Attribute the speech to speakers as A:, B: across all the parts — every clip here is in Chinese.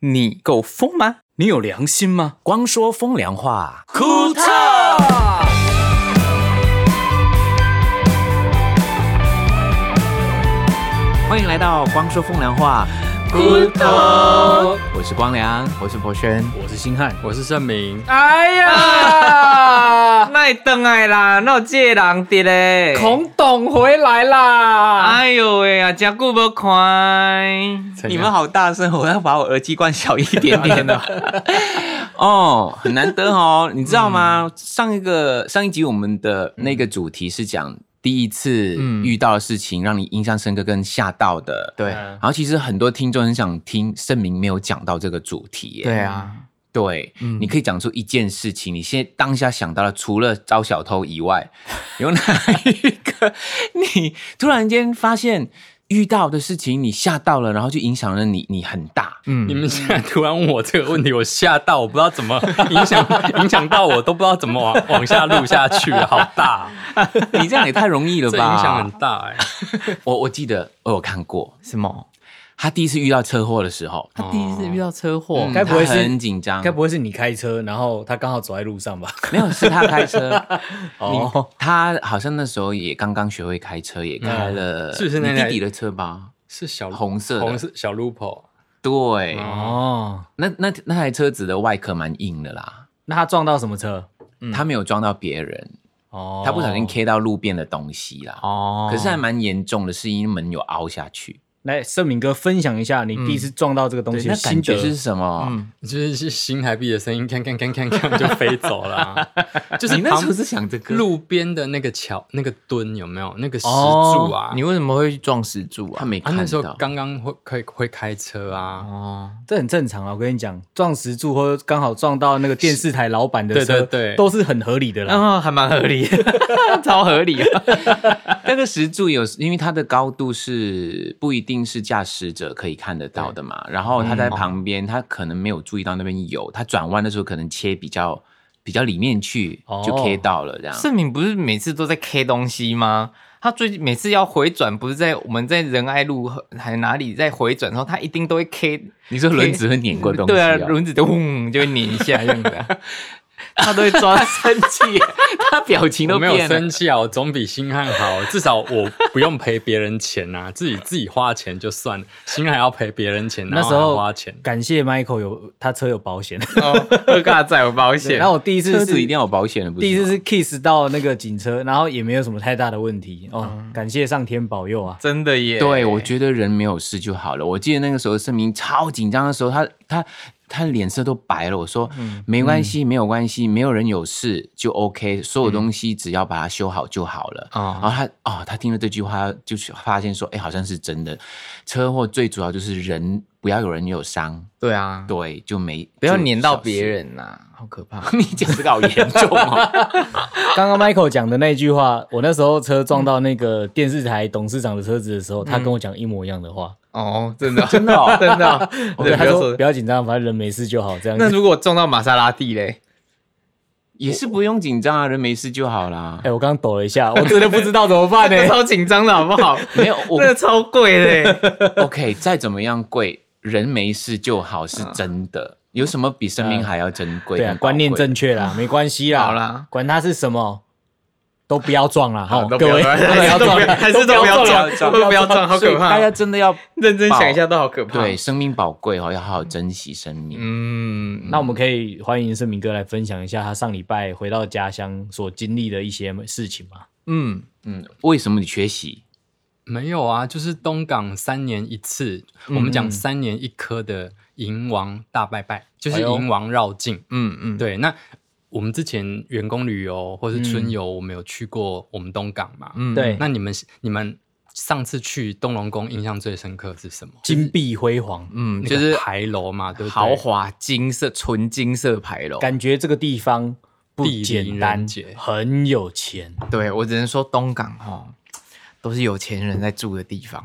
A: 你够疯吗？你有良心吗？
B: 光说风凉话，
A: 库特。
B: 欢迎来到光说风凉话，
A: 库特，
B: 我是光良，我是博轩，
C: 我是星汉，
D: 我是盛 明。
A: 哎呀，那等来啦，那有这个人伫咧。
C: 孔董回来啦！
A: 哎呦喂啊，真久无看。
D: 你们好大声，我要把我耳机关小一点点 的。
B: 哦，很难得哦，你知道吗？
C: 嗯
B: 上一个上一集我们的那个主题是讲第一次
C: 嗯
B: 遇到的事情，让你印象深刻跟吓到的。
D: 对
B: 然后其实很多听众很想听盛明没有讲到这个主题耶。
C: 对啊，
B: 对，你可以讲出一件事情，你现在当下想到了，除了招小偷以外，有哪一个你突然间发现遇到的事情，你吓到了，然后就影响了你，你很大。
C: 嗯，
D: 你们现在突然问我这个问题，我吓到，我不知道怎么影响影响到我，都不知道怎么往往下录下去，好大，
B: 你这样也太容易了
D: 这
B: 吧？
D: 影响很大哎、
B: 我我记得我有看过，
A: 什么？
B: 他第一次遇到车祸的时候，
A: 他第一次遇到车祸，
B: 嗯
C: 该不会
B: 他
C: 是
B: 很紧张？
C: 该不会是你开车，然后他刚好走在路上吧？
B: 没有是他开车，你
C: 哦，
B: 他好像那时候也刚刚学会开车，也开了
D: 是不是那
B: 你
D: 台
B: 弟弟的车吧？
D: 是小
B: 红色的
D: 红色小 Lupo，
B: 对，
C: 哦，
B: 那那那台车子的外壳蛮硬的啦。
C: 那他撞到什么车？
B: 他没有撞到别人，
C: 哦，
B: 他不小心 K 到路边的东西啦。
C: 哦
B: 可是还蛮严重的，是因为门有凹下去。
C: 来，盛敏哥分享一下你第一次撞到这个东
B: 对，
C: 西
B: 那
C: 的
B: 感
C: 心
B: 觉嗯
C: 得。
B: 是什么？
D: 就是是新台币的声音，锵锵锵锵锵就飞走 了啊、就是
B: 你那
D: 旁
B: 时候是想这个？
D: 路边的那个桥那个墩有没有那个石柱啊？
A: 你为什么会去撞石柱
B: 他
A: 啊？
B: 没
D: 啊
B: 哦看到。
D: 那时候刚刚会会会开车啊，
A: 哦，
C: 这很正常啊，我跟你讲，撞石柱或者刚好撞到那个电视台老板的
D: 对
C: 车，
D: 对对
C: 都是很合理的
A: 然
C: 啦。
A: 哦后还蛮合理， 超合理啊。
B: 那个石柱有，因为它的高度是不一定是驾驶者可以看得到的嘛。然后他
A: 嗯哦
B: 在旁边，他可能没有注意到那边有，他转弯的时候可能切比较比较里面去，
C: 哦
B: 就 K 到了这样。
A: 盛敏不是每次都在 K 东西吗？他最每次要回转，不是在我们在仁爱路还哪里在回转的时候，他一定都会 K，
B: 你说轮子会碾过东西、
A: 对啊，轮子就轰就会碾一下这样子 啊，他都会抓生气，
B: 他表情
D: 我
B: 都
D: 没有
B: 变了。
D: 生气啊，我总比星汉好，至少我不用赔别人钱啊， 自己自己花钱就算了，星汉还要赔别人钱，
C: 那
D: 然后
C: 时候
D: 还花钱。
C: 感谢 Michael 有他车有保险，
A: 二嘎仔有保险
C: 然，后我第一次
B: 车
C: 是
B: 子一定要有保险的，不是吗？
C: 第一次是 kiss 到那个警车，然后也没有什么太大的问题哦，
A: 嗯
C: 感谢上天保佑啊！
A: 真的耶。
B: 对，我觉得人没有事就好了。我记得那个时候盛明超紧张的时候，他他他脸色都白了。我说、
A: 嗯
B: 没关系，没有关系，没有人有事就 OK，所有东西只要把它修好就好了。
A: 嗯哦
B: 然后他哦，他听了这句话，就是发现说，哎，好像是真的。车祸最主要就是人不要有人有伤，
A: 对啊，
B: 对，就没
A: 不要碾到别。
B: 就小事
A: 人呐、好可怕。
B: 你讲这个好严重哦，
C: 刚刚 Michael 讲的那句话，我那时候车撞到那个电视台董事长的车子的时
A: 嗯
C: 候，他跟我讲一模一样的话，
A: 哦，真的，真的、 真的、哦
C: 我
A: 对，
C: 他
A: 不要
C: 说
A: 说
C: 不。要紧张，反正人没事就好，这样
A: 那
C: 子。
A: 如果撞到玛莎拉蒂嘞？
B: 也是不用紧张啊，人没事就好啦
C: 哎、。我刚刚抖了一下，我真的不知道怎么办呢、
A: 那 超紧张的好不好？
B: 没有，啊 我
A: 那个超贵嘞。
B: OK，再怎么样贵，人没事就好，是真的。有什么比生命还要珍贵？
C: 嗯对啊，观念正
B: 正。
C: 确啦，没关系啦，
A: 好啦，
C: 管他是什么，都不要撞啦，哈，
A: 都
C: 各位
A: 还是都不要，还是都不要撞，
B: 撞
A: 都不要撞，好
B: 所以
A: 可
B: 大
A: 怕。
B: 家真的要
A: 认真想一下，都好可怕。
B: 对，
C: 嗯
B: 生命宝贵哦，要好好珍惜生命。
A: 嗯，
C: 那我们可以欢迎盛明哥来分享一下他上礼拜回到家乡所经历的一些事情嘛？
A: 嗯，
B: 嗯，为什么你缺席？
D: 没有啊，就是东港三年一次，我们讲三年一科的银王大拜拜，就是银王绕境。
A: 嗯嗯，
D: 对，那我们之前员工旅游或是春游，我们有去过我们东港嘛？
A: 嗯
C: 对，
D: 那你们你们上次去东龙宫印象最深刻是什么？
C: 金碧辉煌，
A: 嗯，
D: 那
A: 就
D: 个
A: 是
D: 牌楼嘛，对不对？
A: 豪华金色、纯金色牌楼。
C: 感觉这个地方不
D: 地灵
C: 简单
D: 人杰，
C: 很有钱。
A: 对我只能说东港哦，都是有钱人在住的地方。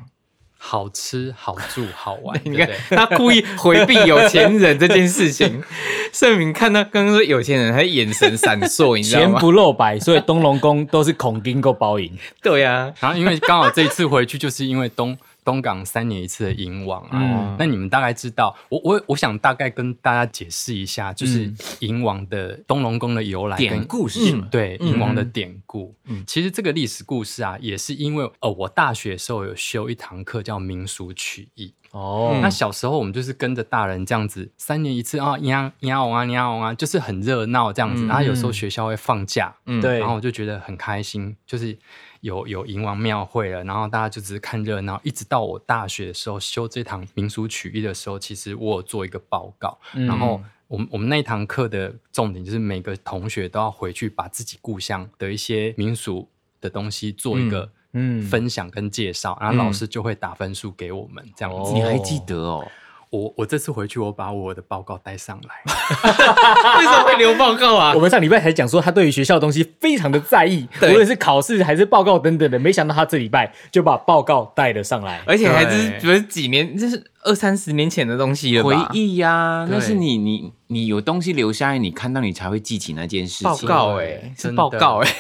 D: 好吃、好住、好 玩，对不
A: 你看
D: 对？
A: 他故意回避有钱人这件事情。 盛明看到刚刚说有钱人，他眼神闪烁，你知道
C: 钱
A: 吗？
C: 不露白，所以东龙宫都是孔丁够包赢。
A: 对呀、啊
D: 然后因为刚好这一次回去，就是因为东东港三年一次的迎王啊。
C: 嗯
D: 那你们大概知道，我我我想大概跟大家解释一下，就是迎王的东龙宫的由来跟
B: 典故是什么？
D: 对，
A: 嗯
D: 英王的典故。其实这个历史故事啊，也是因为呃，我大学的时候有修一堂课叫民俗曲艺。
C: 哦，
D: 那小时候我们就是跟着大人这样子，三年一次啊，呀呀哦啊呀哦啊，就是很热闹这样子。
A: 嗯
D: 然后有时候学校会放假，
A: 嗯
C: 对
D: 然后我就觉得很开心，就是有有迎王庙会了，然后大家就只是看热闹。一直到我大学的时候修这堂民俗曲艺的时候，其实我有做一个报告，
C: 嗯
D: 然后我们我们那一堂课的重点就是每个同学都要回去把自己故乡的一些民俗的东西做一个
C: 嗯嗯
D: 分享跟介绍，然后老师就会打分数给我们这样
C: 哦
D: 子。
B: 你还记得哦？
D: 我我这次回去我把我的报告带上来，
A: 嗯为什么会留报告啊
C: 我？们上礼拜才讲说他对于学校的东西非常的在意，无论是考试还是报告等等的，没想到他这礼拜就把报告带了上来。
A: 而且还是
D: 对
A: 不是几年，这是二三十年前的东西了
B: 回
A: 吧？
B: 忆呀、
A: 对
B: 那是你你你有东西留下来，你看到你才会记起那件事情。
A: 报告哎、是
D: 真的。
A: 报告哎、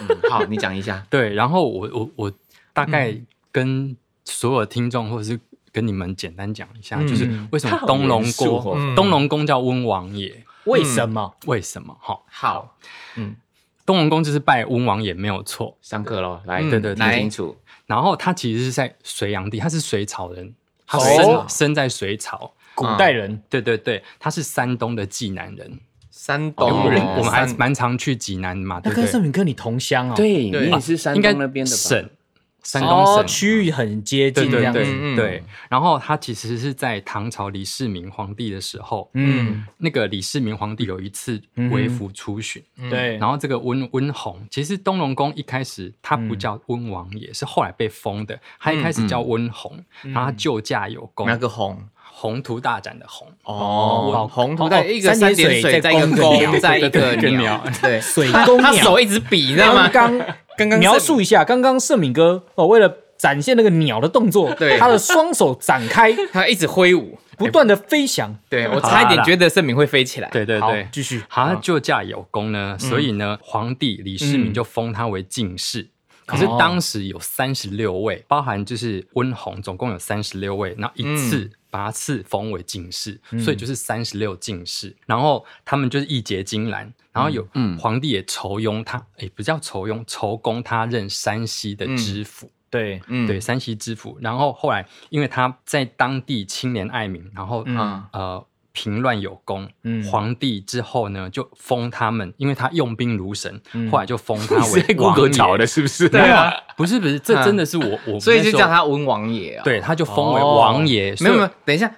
B: 嗯好，你讲一下
D: 对，然后我我我大概
B: 嗯
D: 跟所有听众或者是跟你们简单讲一下，
A: 嗯
D: 就是为什么
B: 它好
D: 东龙
B: 严肃
D: 宫、
B: 哦
A: 嗯
D: 东龙宫叫温王爷，
C: 为什么？
D: 为什么？哈，
A: 好，
D: 东龙宫就是拜温王爷没有错，
B: 上课喽，来，
A: 嗯
B: 对对，听
A: 来
B: 清楚。
D: 然后他其实是在隋炀帝，他是隋朝人，他
C: 哦
D: 生、生在隋朝，
C: 古代人
D: 对对对，他是山东的济南人，
A: 山
D: 哦
B: 哦
D: 因为
A: 东
D: 我
A: 人
D: 们，我们还
A: 山
D: 蛮常去济南嘛，
C: 那
D: 对不
C: 跟
D: 对
C: 盛？敏哥你同乡哦，，
B: 对
A: 对
B: 你也是山
D: 应该
B: 东那边的吧？
D: 省，山
C: 哦，
D: 东省。
C: 区域很接
D: 对
C: 近这
D: 对
C: 样子
D: 对。
A: 嗯嗯
D: 对，然后他其实是在唐朝李世民皇帝的时候，
C: 嗯，
D: 那个李世民皇帝有一次
A: 嗯
D: 微服出巡，
C: 对，
D: 然后这个温温宏，其实东龙宫一开始他不叫温王爷，是后来被封的，他一开始叫温宏，然后他救驾有功，
A: 嗯那个红
D: 宏图大展的宏，
A: 哦，红图
C: 哦
A: 在一个
C: 三
A: 三
C: 点
A: 点
C: 水
A: 水，
C: 在
A: 在一个
C: 公的
A: 公，
C: 鸟
A: 在一个
D: 对对对
A: 鸟， 对，
C: 水
A: 他
C: 公
A: 他
C: 鸟
A: 手一直比，你知道吗
C: 刚？刚
A: 刚 刚
C: 描
A: 盛
C: 述一下，刚刚盛敏哥哦，为了展现那个鸟的动作，
A: 对
C: 他的双手展 开，
A: 他一直挥舞，
C: 不断的飞翔。
A: 对我
D: 好啦
A: 差一点
D: 啦
A: 觉得盛敏会飞起来。
D: 对对嗯
C: 好
D: 对，，
C: 继续。
D: 好，他
B: 啊
D: 救驾有功呢，
B: 嗯
D: 所以呢，皇帝李世民就封他为进
B: 哦
D: 士。可是当时有三十六位，包含就是温宏，总共有三十六位，然后一
B: 嗯
D: 次把他赐封为进士，所以就是三十六进士。然后他们就是义结金兰，然后有
B: 嗯
D: 皇帝也酬庸他，也不叫酬庸，酬公他任山西的知府。
C: 对，
A: 嗯
D: 对，山西知府。然后后来，因为他在当地清廉爱民，然后、
A: 嗯
D: 呃平乱有功，
C: 嗯
D: 皇帝之后呢就封他们，因为他用兵如神，
C: 嗯
D: 后来就封 他为
B: 故
D: 王
B: 阁
D: 爷。
B: 炒的，是不是？
D: 对啊，不是不是，这真的是我、我，
A: 嗯所以就叫。他温王爷啊。，
D: 对，他就封为
C: 哦
D: 王爷，所
A: 没
D: 以
A: 有没有，等一下，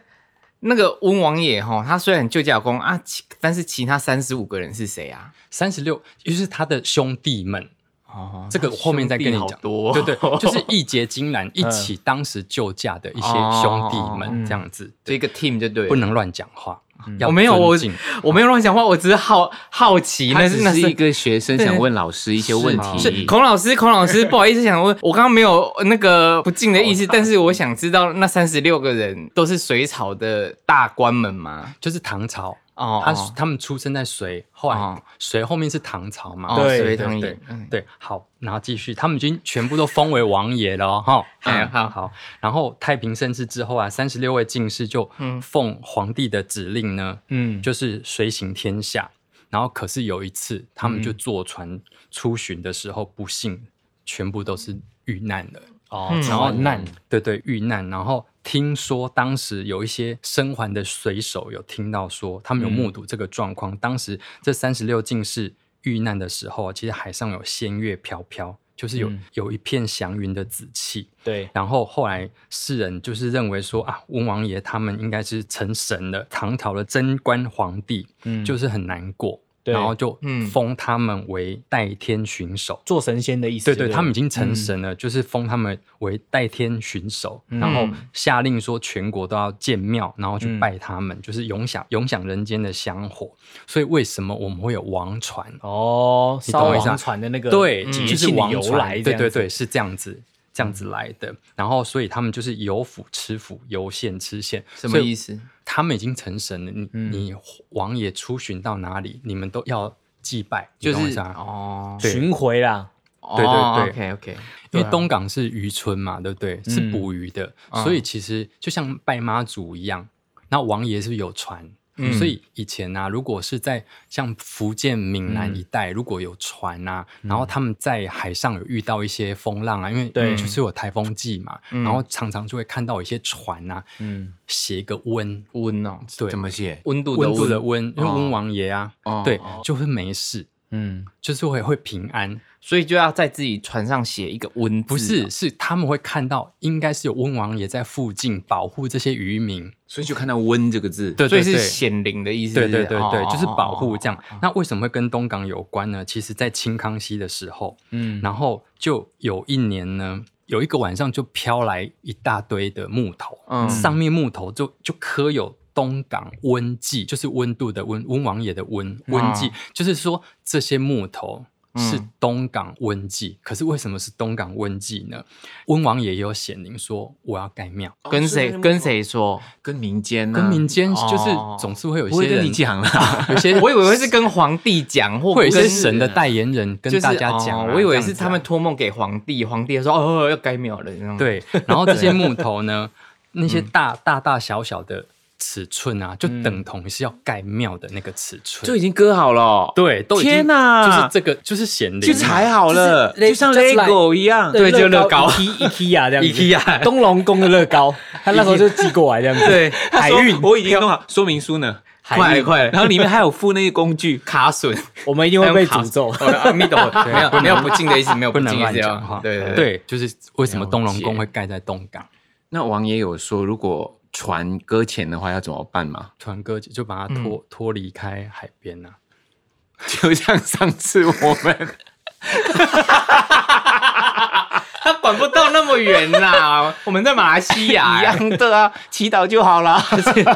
A: 那个温王爷哈，他虽然救驾功啊，其但是其他三十五个人是谁啊？
D: 三十六，就是他的兄弟们，
A: 哦，
D: 这个我后面再跟你讲。
A: 多 嗯
D: 对对，就是义结金兰一起当时救驾的一些兄弟
A: 哦
D: 们这样子，
A: 就一个 team 就对了，
D: 不能乱讲话。要
A: 我嗯哦没有我
D: 尊敬
A: 我没有乱讲话，我只是好好奇，
B: 他
A: 那
B: 只
A: 那
B: 是一个学生
A: 对
B: 想问老师一些问题。
D: 嗯
A: 是孔老师，孔老师，不好意思，想问，我刚刚没有那个不敬的意思，
D: 哦
A: 但是我想知道那三十六个人都是隋朝的大官们吗？
D: 就是唐朝，
A: 哦，
D: 他他们出生在隋，后
A: 哦
D: 来隋后面是唐朝嘛？
A: 哦
C: 对
D: 对
A: 隋唐
D: 对
A: 寅
D: 对，
A: 嗯
D: 对，好，然后继续，他们已经全部都封为王爷了哦哈。
A: 哎
D: 嗯
A: 好
D: 好，然后太平盛世之后啊，三十六位进士就
A: 嗯
D: 奉皇帝的指令呢，
C: 嗯，
D: 就是随行天下。然后可是有一次，他
C: 嗯
D: 们就坐船出巡的时候，不幸全部都是遇难了。
C: 哦
A: 嗯，
C: 然后难，
D: 对对，遇难。然后听说当时有一些生还的水手有听到说，他们有目睹这个状况。
C: 嗯
D: 当时这三十六进士遇难的时候，其实海上有仙乐飘飘，就是有、
C: 嗯
D: 有一片祥云的紫气。
C: 对，
D: 然后后来世人就是认为说啊，温王爷他们应该是成神了，唐朝的贞观皇帝、
C: 嗯
D: 就是很难过，
C: 对
D: 然后就
A: 嗯
D: 封他们为代天巡守。
C: 做神仙的意思。嗯
D: 对对，
C: 不
D: 他们已经成神了，就是封他们为代天巡守，
C: 嗯
D: 然后下令说全国都要建庙，然后去拜他们，就是永享永享人间的香火。所以为什么我们会有王船？
C: 哦，
D: 你
C: 烧
D: 懂我意思啊
C: 王船的那个
D: 对，
C: 节
D: 就是
C: 庆的
D: 王
C: 由
D: 船
C: 来，
D: 对对，对，是这样子。这样子来的，然后所以他们就是有府吃府，有县吃县，
A: 什么意？思？嗯
D: 他们已经成神了，你、你王爷出巡到哪里，你们都要祭拜，你
A: 就
D: 懂我意
A: 是
D: 思啊
A: 哦，
D: 对
C: 巡回啦，
D: 对对对，
A: ，OK OK，
D: 因
C: 对
D: 为
C: 啊
D: 东港是渔村嘛，对不对？是
C: 嗯
D: 捕鱼的，
A: 嗯
D: 所以其实就像拜妈祖一样，那王爷是有船。
A: 嗯
D: 所以以前啊，如果是在像福建、闽南一带，如果有船啊，然后他们在海上有遇到一些风浪啊，因为
C: 对
D: 就是有台风季嘛，
A: 嗯
D: 然后常常就会看到有一些船啊，
C: 嗯，
D: 写个温，
A: 温哦，
D: 对，
B: 怎么写？
A: 温度的
D: 温度
A: 温
D: 的温，因为
A: 哦
D: 温王爷啊，
B: 哦
D: 对，就会没事，
C: 嗯，
D: 就是会会平安。
A: 所以就要在自己船上写一个温字，哦
D: 不是，是他们会看到，应该是有温王爷在附近保护这些渔民。
B: 所以就看到“温”这个字，
D: 对
A: 所
D: 对
A: 以
D: 对
A: 是显灵的意思。
D: 对对对
A: 哦
D: 对，就是保护这。
A: 哦
D: 样。那为什么会跟东港有关呢？其实，在清康熙的时候，
C: 嗯，
D: 然后就有一年呢，有一个晚上就飘来一大堆的木头，
A: 嗯
D: 上面木头就就刻有东港温记，就是温度的温，温王爷的温
A: 啊
D: 温记，就是说这些木头。是
A: 嗯
D: 东港温记，可是为什么是东港温记呢？温王爷也有显灵说我要盖庙，
A: 哦跟谁跟谁说？
B: 跟民间啊
D: 跟民间就是
A: 哦
D: 总是会有一
B: 不会
D: 些
B: 跟
D: 人
B: 你讲 啦。
D: 有些
A: 我以为会是跟皇帝讲，或
D: 会有一些
A: 跟
D: 神的代言人
A: 就是
D: 跟大家讲啊、
A: 哦我以为
D: 这样
A: 是
D: 子啊
A: 他们托梦给皇帝，皇帝说哦要该秒了，那种，
D: 对，然后这些木头 呢，那
A: 嗯
D: 些大大大小小的尺寸啊，就等同是要盖庙的那个尺
B: 就
D: 寸。
B: 已经割好了，
D: 对，都已经
B: 天哪
D: 就是这个就是显灵，
B: 啊去裁啊好了，
C: 就是
B: 就像
C: just like-
B: LEGO 一样。
A: 对就乐高
C: ，IKEA 这样子
A: IKEA
C: 东龙宫的乐高， 他那时候就寄过来这样子，
A: 对，
C: 海运，
B: 我已经弄好说明书呢，
A: 快
B: 快
A: 快
B: 快， 然后里面还有附那些工 具
A: 卡损，
C: 我们一定会被诅咒。
A: 哦阿弥陀佛， 没有没有不敬的意思，没有
D: 不
A: 敬
D: 能
A: 的意
D: 乱
A: 思
D: 讲
A: 哦
D: 话。
A: 对对，
D: 对，就是为什么东龙宫会盖在东港？
B: 那王爷有说，如果船搁浅的话要怎么办吗？
D: 团哥就把
B: 嗯
D: 它脱脱离开海边啊呐、
B: 就像上次我们
A: 他管不到那么远呐， 我们在马来西亚
B: 一，样的啊，祈祷就好啦。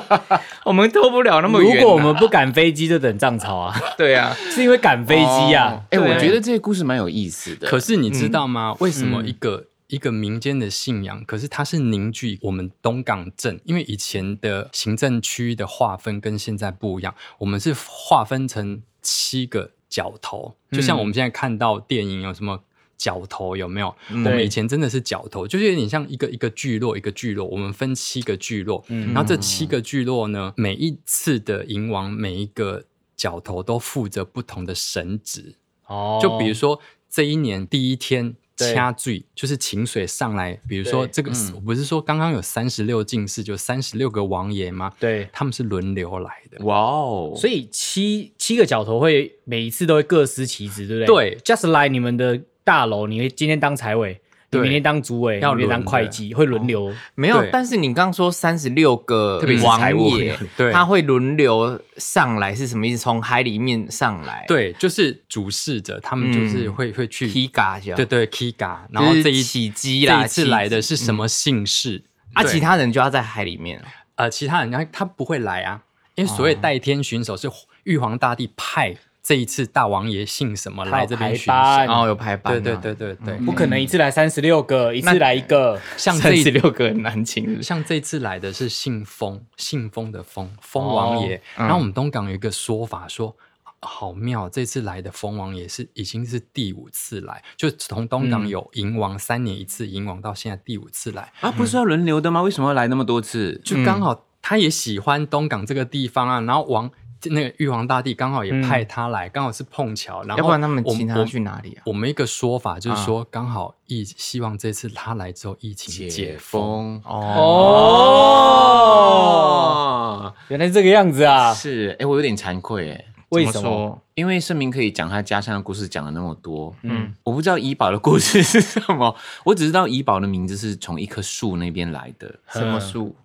A: 我们拖不了那么
C: 如
A: 远啊。
C: 果我们不赶飞机，就等涨潮啊，
A: 对啊，
C: 是因为赶飞机啊。
B: 哎，
A: 对
B: 我觉得这些故事蛮有意思的。
D: 可是你知道
B: 嗯
D: 吗？为什么一个、一个民间的信仰，可是它是凝聚我们东港镇，因为以前的行政区的划分跟现在不一样，我们是划分成七个角头，就
B: 嗯
D: 像我们现在看到电影有什么。角头有没有？我们
C: 对
D: 以前真的是角头，就是有点像一个一个聚落，一个聚落。我们分七个聚落，
C: 嗯
D: 然后这七个聚落呢，每一次的银王，每一个角头都负责不同的神职。
C: 哦
D: 就比如说这一年第一天
C: 对
D: 掐醉，就是请水上来。比如说
C: 对
D: 这个，我不是说刚刚有三十六进士，就三十六个王爷吗？
C: 对，
D: 他们是轮流来的。
B: 哇哦，
C: 所以七七个角头会每一次都会各司其职，对不对？
D: 对
C: ，just like 你们的大楼，你会今天当财委，你
D: 对
C: 明天当主委，
D: 要
C: 你明天当
D: 轮的哦
C: 会计，会轮流。
A: 没有
D: 对，
A: 但是你刚刚说三十六个
B: 别是财
A: 王
B: 务
A: 爷，
D: 对
A: 他会轮流上来是什么意思？从海里面上来，，
D: 对，就是主事者，他们就是
A: 嗯
D: 会、会去
A: 踢嘎一下，
D: 对对 Kiga，然后这
A: 就
D: 一
A: 是起机
D: 这
A: 啦，
D: 一次
A: 起
D: 来的是什么姓氏？
A: 啊，
D: 对
A: 其他人就要在海里面，
D: 呃，其他人他他不会来啊，因为所
A: 哦
D: 谓代天巡守是玉皇大帝派这一次大王爷姓什么
C: 他
D: 来
C: 有
D: 这边
C: 排
D: 巡
C: 班
D: 守。
A: 然后有排班
D: 对
A: 啊，
D: 对对对对，
C: 不可能一次来三十六个，一次来一个。
D: 像这
A: 三
D: 一
A: 十六个很难请，是不是
D: 像这次来的是信封，信封的封，封王爷。
A: 哦嗯
D: 然后我们东港有一个说法说。啊好妙！这次来的封王爷是已经是第五次来，就从东
A: 嗯
D: 港有银王三年一次银王到现在第五次来，
B: 啊，不是要轮流的吗？为什么要来那么多次？
D: 就刚
A: 嗯
D: 好他也喜欢东港这个地方啊。然后王那个玉皇大帝刚好也派他来，刚好是碰巧。然后
A: 嗯要不然他们
D: 我
A: 其他
D: 我
A: 去哪啊里啊？
D: 我们一个说法就是说，刚好疫希望这次他来之后疫情解封，
A: 哦，
C: 哦，
B: 哦，
C: 原来是这个样子啊！
B: 是哎，我有点惭愧哎，
C: 为
A: 怎
C: 什么？嗯
A: 说？
B: 因为盛明可以讲他家乡的故事讲了那么多，
A: 嗯
B: 嗯，我不知道怡宝的故事是什么，我只知道怡宝的名字是从一棵树那边来的。
A: 什么树？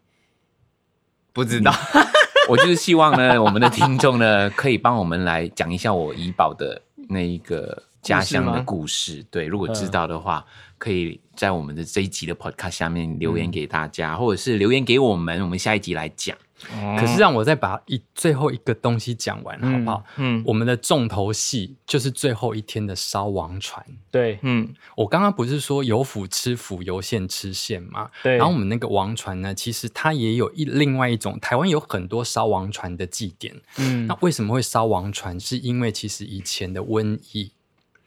A: 不知道，
B: 我就是希望呢，我们的听众呢，可以帮我们来讲一下我怡宝的那一个家乡的故事。对，如果
A: 嗯
B: 知道的话，可以在我们的这一集的 podcast 下面留
A: 嗯
B: 言给大家，或者是留言给我们，我们下一集来讲。
A: 嗯
D: 可是让我再把一最后一个东西讲完，好不好？
A: 嗯
D: 我们的重头戏就是最后一天的烧王船。
C: 对
A: 嗯，
D: 我刚刚不是说有府吃府，有县吃县吗？
C: 对，
D: 然后我们那个王船呢，其实它也有一另外一种，台湾有很多烧王船的祭典。
C: 嗯
D: 那为什么会烧王船？是因为其实以前的瘟疫，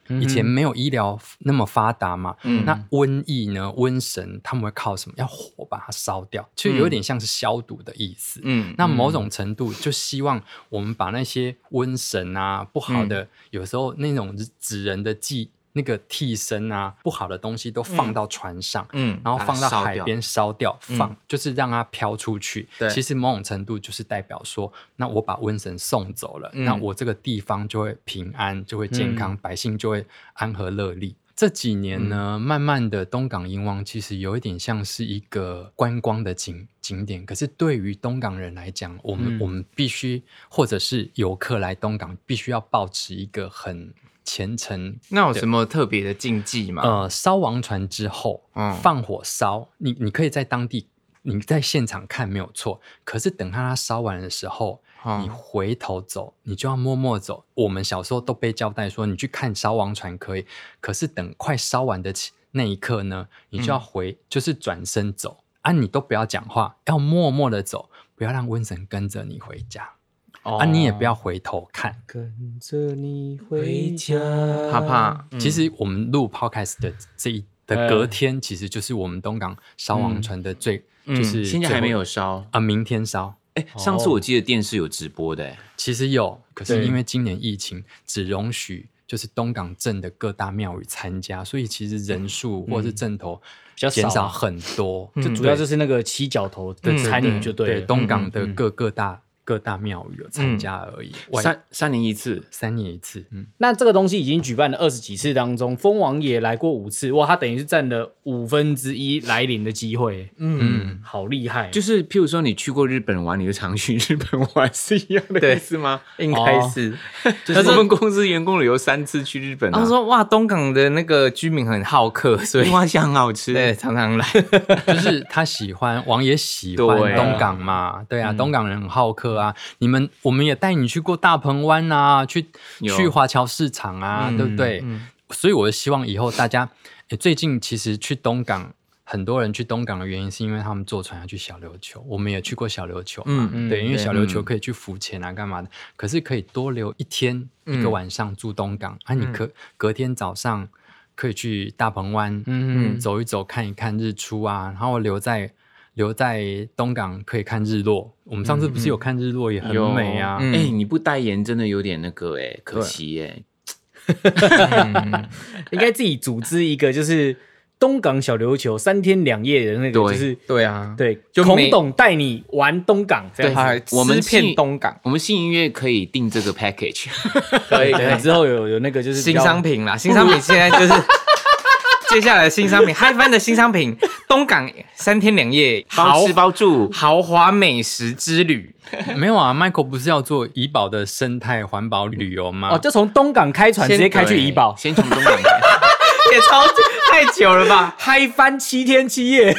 D: 以前没有医疗那么发达嘛，
A: 嗯
D: 那瘟疫呢，瘟神他们会靠什么？要火把它烧掉，就有点像是消毒的意思。
A: 嗯
D: 那某种程度就希望我们把那些瘟神啊、不好
A: 嗯
D: 的，有时候那种纸人的寄那个替身啊、不好的东西都放到船上，
A: 嗯
D: 然后放
B: 把它
D: 到
B: 烧
D: 海
B: 掉
D: 边烧掉，
A: 嗯
D: 放就是让它飘出去
A: 对。
D: 其实某种程度就是代表说，那我把瘟神送走了，
A: 嗯
D: 那我这个地方就会平安，就会健康，百姓就会安和乐利。这几年呢，慢慢的东港英王其实有一点像是一个观光的景景点，可是对于东港人来讲，我们、
C: 嗯
D: 我们必须或者是游客来东港，必须要保持一个很虔诚
A: 那有什么特别的禁忌吗？
D: 呃，烧王船之后，
A: 嗯
D: 放火烧，你你可以在当地，你在现场看没有错，可是等它烧完的时候，
A: 嗯
D: 你回头走，你就要默默走。我们小时候都被交代说，你去看烧王船可以，可是等快烧完的起那一刻呢，你就要
A: 嗯
D: 回，就是转身走啊，你都不要讲话，要默默的走，不要让瘟神跟着你回家、
A: 哦
D: 啊，你也不要回头看。
C: 跟着你回家，
A: 怕怕，嗯
D: 其实我们录 podcast 的这一的隔天，其实就是我们东港烧王船的最，
A: 嗯
D: 就是
B: 现在
D: 最
B: 还
D: 后
B: 没有烧。
D: 啊，明天烧。
B: 哎，上
A: 哦
B: 次我记得电视有直播的，哎
D: 其实有，可是
C: 对
D: 因为今年疫情只容许就是东港镇的各大庙宇参加，所以其实人数或是阵头
C: 较少
D: 减少很多。
A: 嗯
C: 就主要就是那个七角头的参与就对
D: 嗯对，
C: 了。
D: 东港的各各大各大庙宇有参加而已，
B: 嗯欸
D: 外
B: 三三年一次，
D: 三年一次。嗯，
C: 那这个东西已经举办了二十几次当中，蜂王爷来过五次，哇，他等于是占了五分之一来临的机会，嗯，好厉害，
B: 就是是譬如说你去过日本玩，你就常去 日本玩，是一样的
A: 对
B: 意思吗？哦
A: 应该是。
B: 就是我们公司员工旅游三次去日本、啊，
A: 他说：“哇，东港的那个居民很好客，所以
B: 樱花虾很好吃。
A: 对常常来。
D: 就是他喜欢，王爷喜欢
B: 对啊嗯
D: 东港嘛，对啊，东港人很好客啊。你们我们也带你去过大鹏湾啊，去
B: 有嗯
D: 去华侨市场啊，对不对？所以我希望以后大家，诶最近其实去东港，很多人去东港的原因是因为他们坐船要去小琉球，我们也去过小琉球嘛，
A: 嗯
D: 对，因为
A: 对
D: 小琉球可以去浮潜啊，干嘛的？可是可以多留一天、一个晚上住东港啊，你可隔天早上可以去大鹏湾，嗯，走一走，看一看日出啊，然后留在留在东港可以看日落。我们上次不是有看日落，也很
B: 有
D: 美啊。
A: 嗯
B: 哎、你不代言真的有点那个哎、可惜哎、
A: 嗯
C: 应该自己组织一个，就是东港小琉球三天两夜的那个，
B: 对
C: 就是”
A: 对啊，
C: 对，
A: 就
C: 孔
A: 每
C: 董带你玩东港这
A: 对，
C: 样
A: 他
C: 子，
A: 还
B: 我们
A: 吃遍
B: 信
A: 东港，
B: 我们信音乐可以定这个 package，
C: 可以，可以之后有有那个就是比
A: 新
C: 较
A: 商品啦， 新商品现在就是接下来的新商品，嗨翻的新商品，东港三天两夜豪
B: 包吃包住。
A: 豪华美食之旅，
D: 没有啊，Michael 不是要做怡保的生态环保旅游吗？
C: 哦，就从东港开船直接
A: 先
C: 开去怡保，
B: 先从东港开，
A: 也超太久了吧？
C: 嗨翻七天七夜，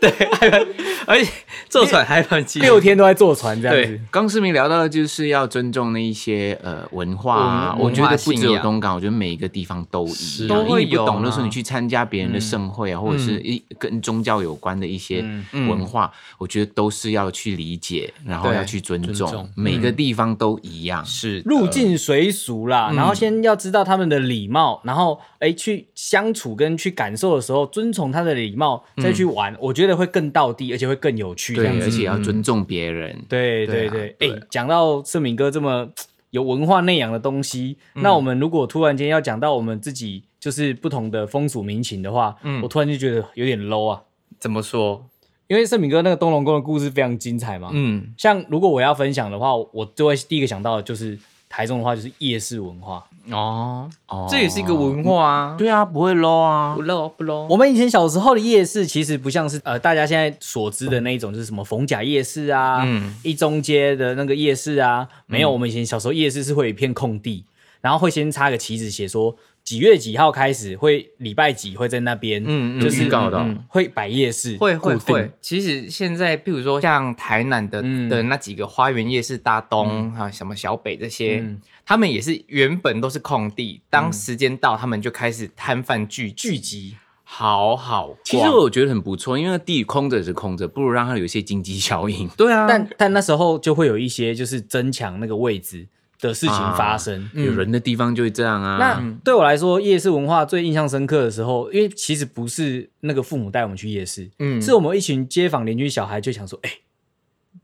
A: 对，嗨翻，而且坐船嗨翻机
C: 六天都在坐船这样
A: 对
C: 子。
B: 刚市民聊到的就是要尊重那一些呃文化啊，
A: 文
B: 我觉
A: 文化
B: 得不
A: 信
B: 只有
A: 仰
B: 东港，我觉得每一个地方都一
D: 是
B: 样。
A: 都
B: 因为
A: 会
B: 你不
A: 有
B: 懂的时候，
A: 啊
B: 你去参加别人的盛会啊，或者是一跟宗教有关的一些
A: 嗯
B: 文化，我觉得都是要去理解，然后
A: 对嗯
B: 要去尊
D: 尊
B: 重
D: 重，
B: 每个地方都一样。
A: 是
C: 入境随俗啦，然后先要知道他们的礼貌，然后哎去相处跟去感受的时候，遵从他的礼貌再去玩，我觉得会更到地，而且会更有趣这样
B: 对，
C: 子。
B: 而且要
A: 嗯
B: 尊重别人。
C: 对对
A: 对
C: 对，哎、讲到盛敏哥这么有文化内养的东西，那我们如果突然间要讲到我们自己就是不同的风俗民情的话，我突然就觉得有点 low 啊，
A: 怎么说？
C: 因为盛敏哥那个东龙宫的故事非常精彩嘛。
A: 嗯，
C: 像如果我要分享的话，我就会第一个想到的就是台中的话，就是夜市文化。
A: 哦，
B: 哦
A: 这也是一个文化啊，
B: 对啊，不会 low 啊
A: 不。漏不漏，
C: 我们以前小时候的夜市，其实不像是呃大家现在所知的那一种，就是什么逢甲夜市啊，
A: 嗯
C: 一中街的那个夜市啊，没有。我们以前小时候夜市是会有一片空地，然后会先插个旗子，写说几月几号开始，会礼拜几会在那边，
A: 嗯嗯
C: 就是
B: 预告的哦
C: 会摆夜市，
A: 会会
C: 固定
A: 会，，其实现在，譬如说像台南的、
C: 嗯
A: 的那几个花园夜市、大东、啊、什么小北这些，
C: 嗯
A: 他们也是原本都是空地，当时间到，他们就开始摊贩聚
C: 聚
A: 集，
C: 集。
A: 好好逛。
B: 其实我觉得很不错，因为地空着是空着，不如让它有一些经济效应。
A: 对啊，
C: 但但那时候就会有一些就是争抢那个位置，的事情发生。
A: 啊
C: 嗯
B: 有人的地方就会这样啊。
C: 那
A: 嗯
C: 对我来说，夜市文化最印象深刻的时候，因为其实不是那个父母带我们去夜市，
A: 嗯
C: 是我们一群街坊邻居小孩就想说，哎、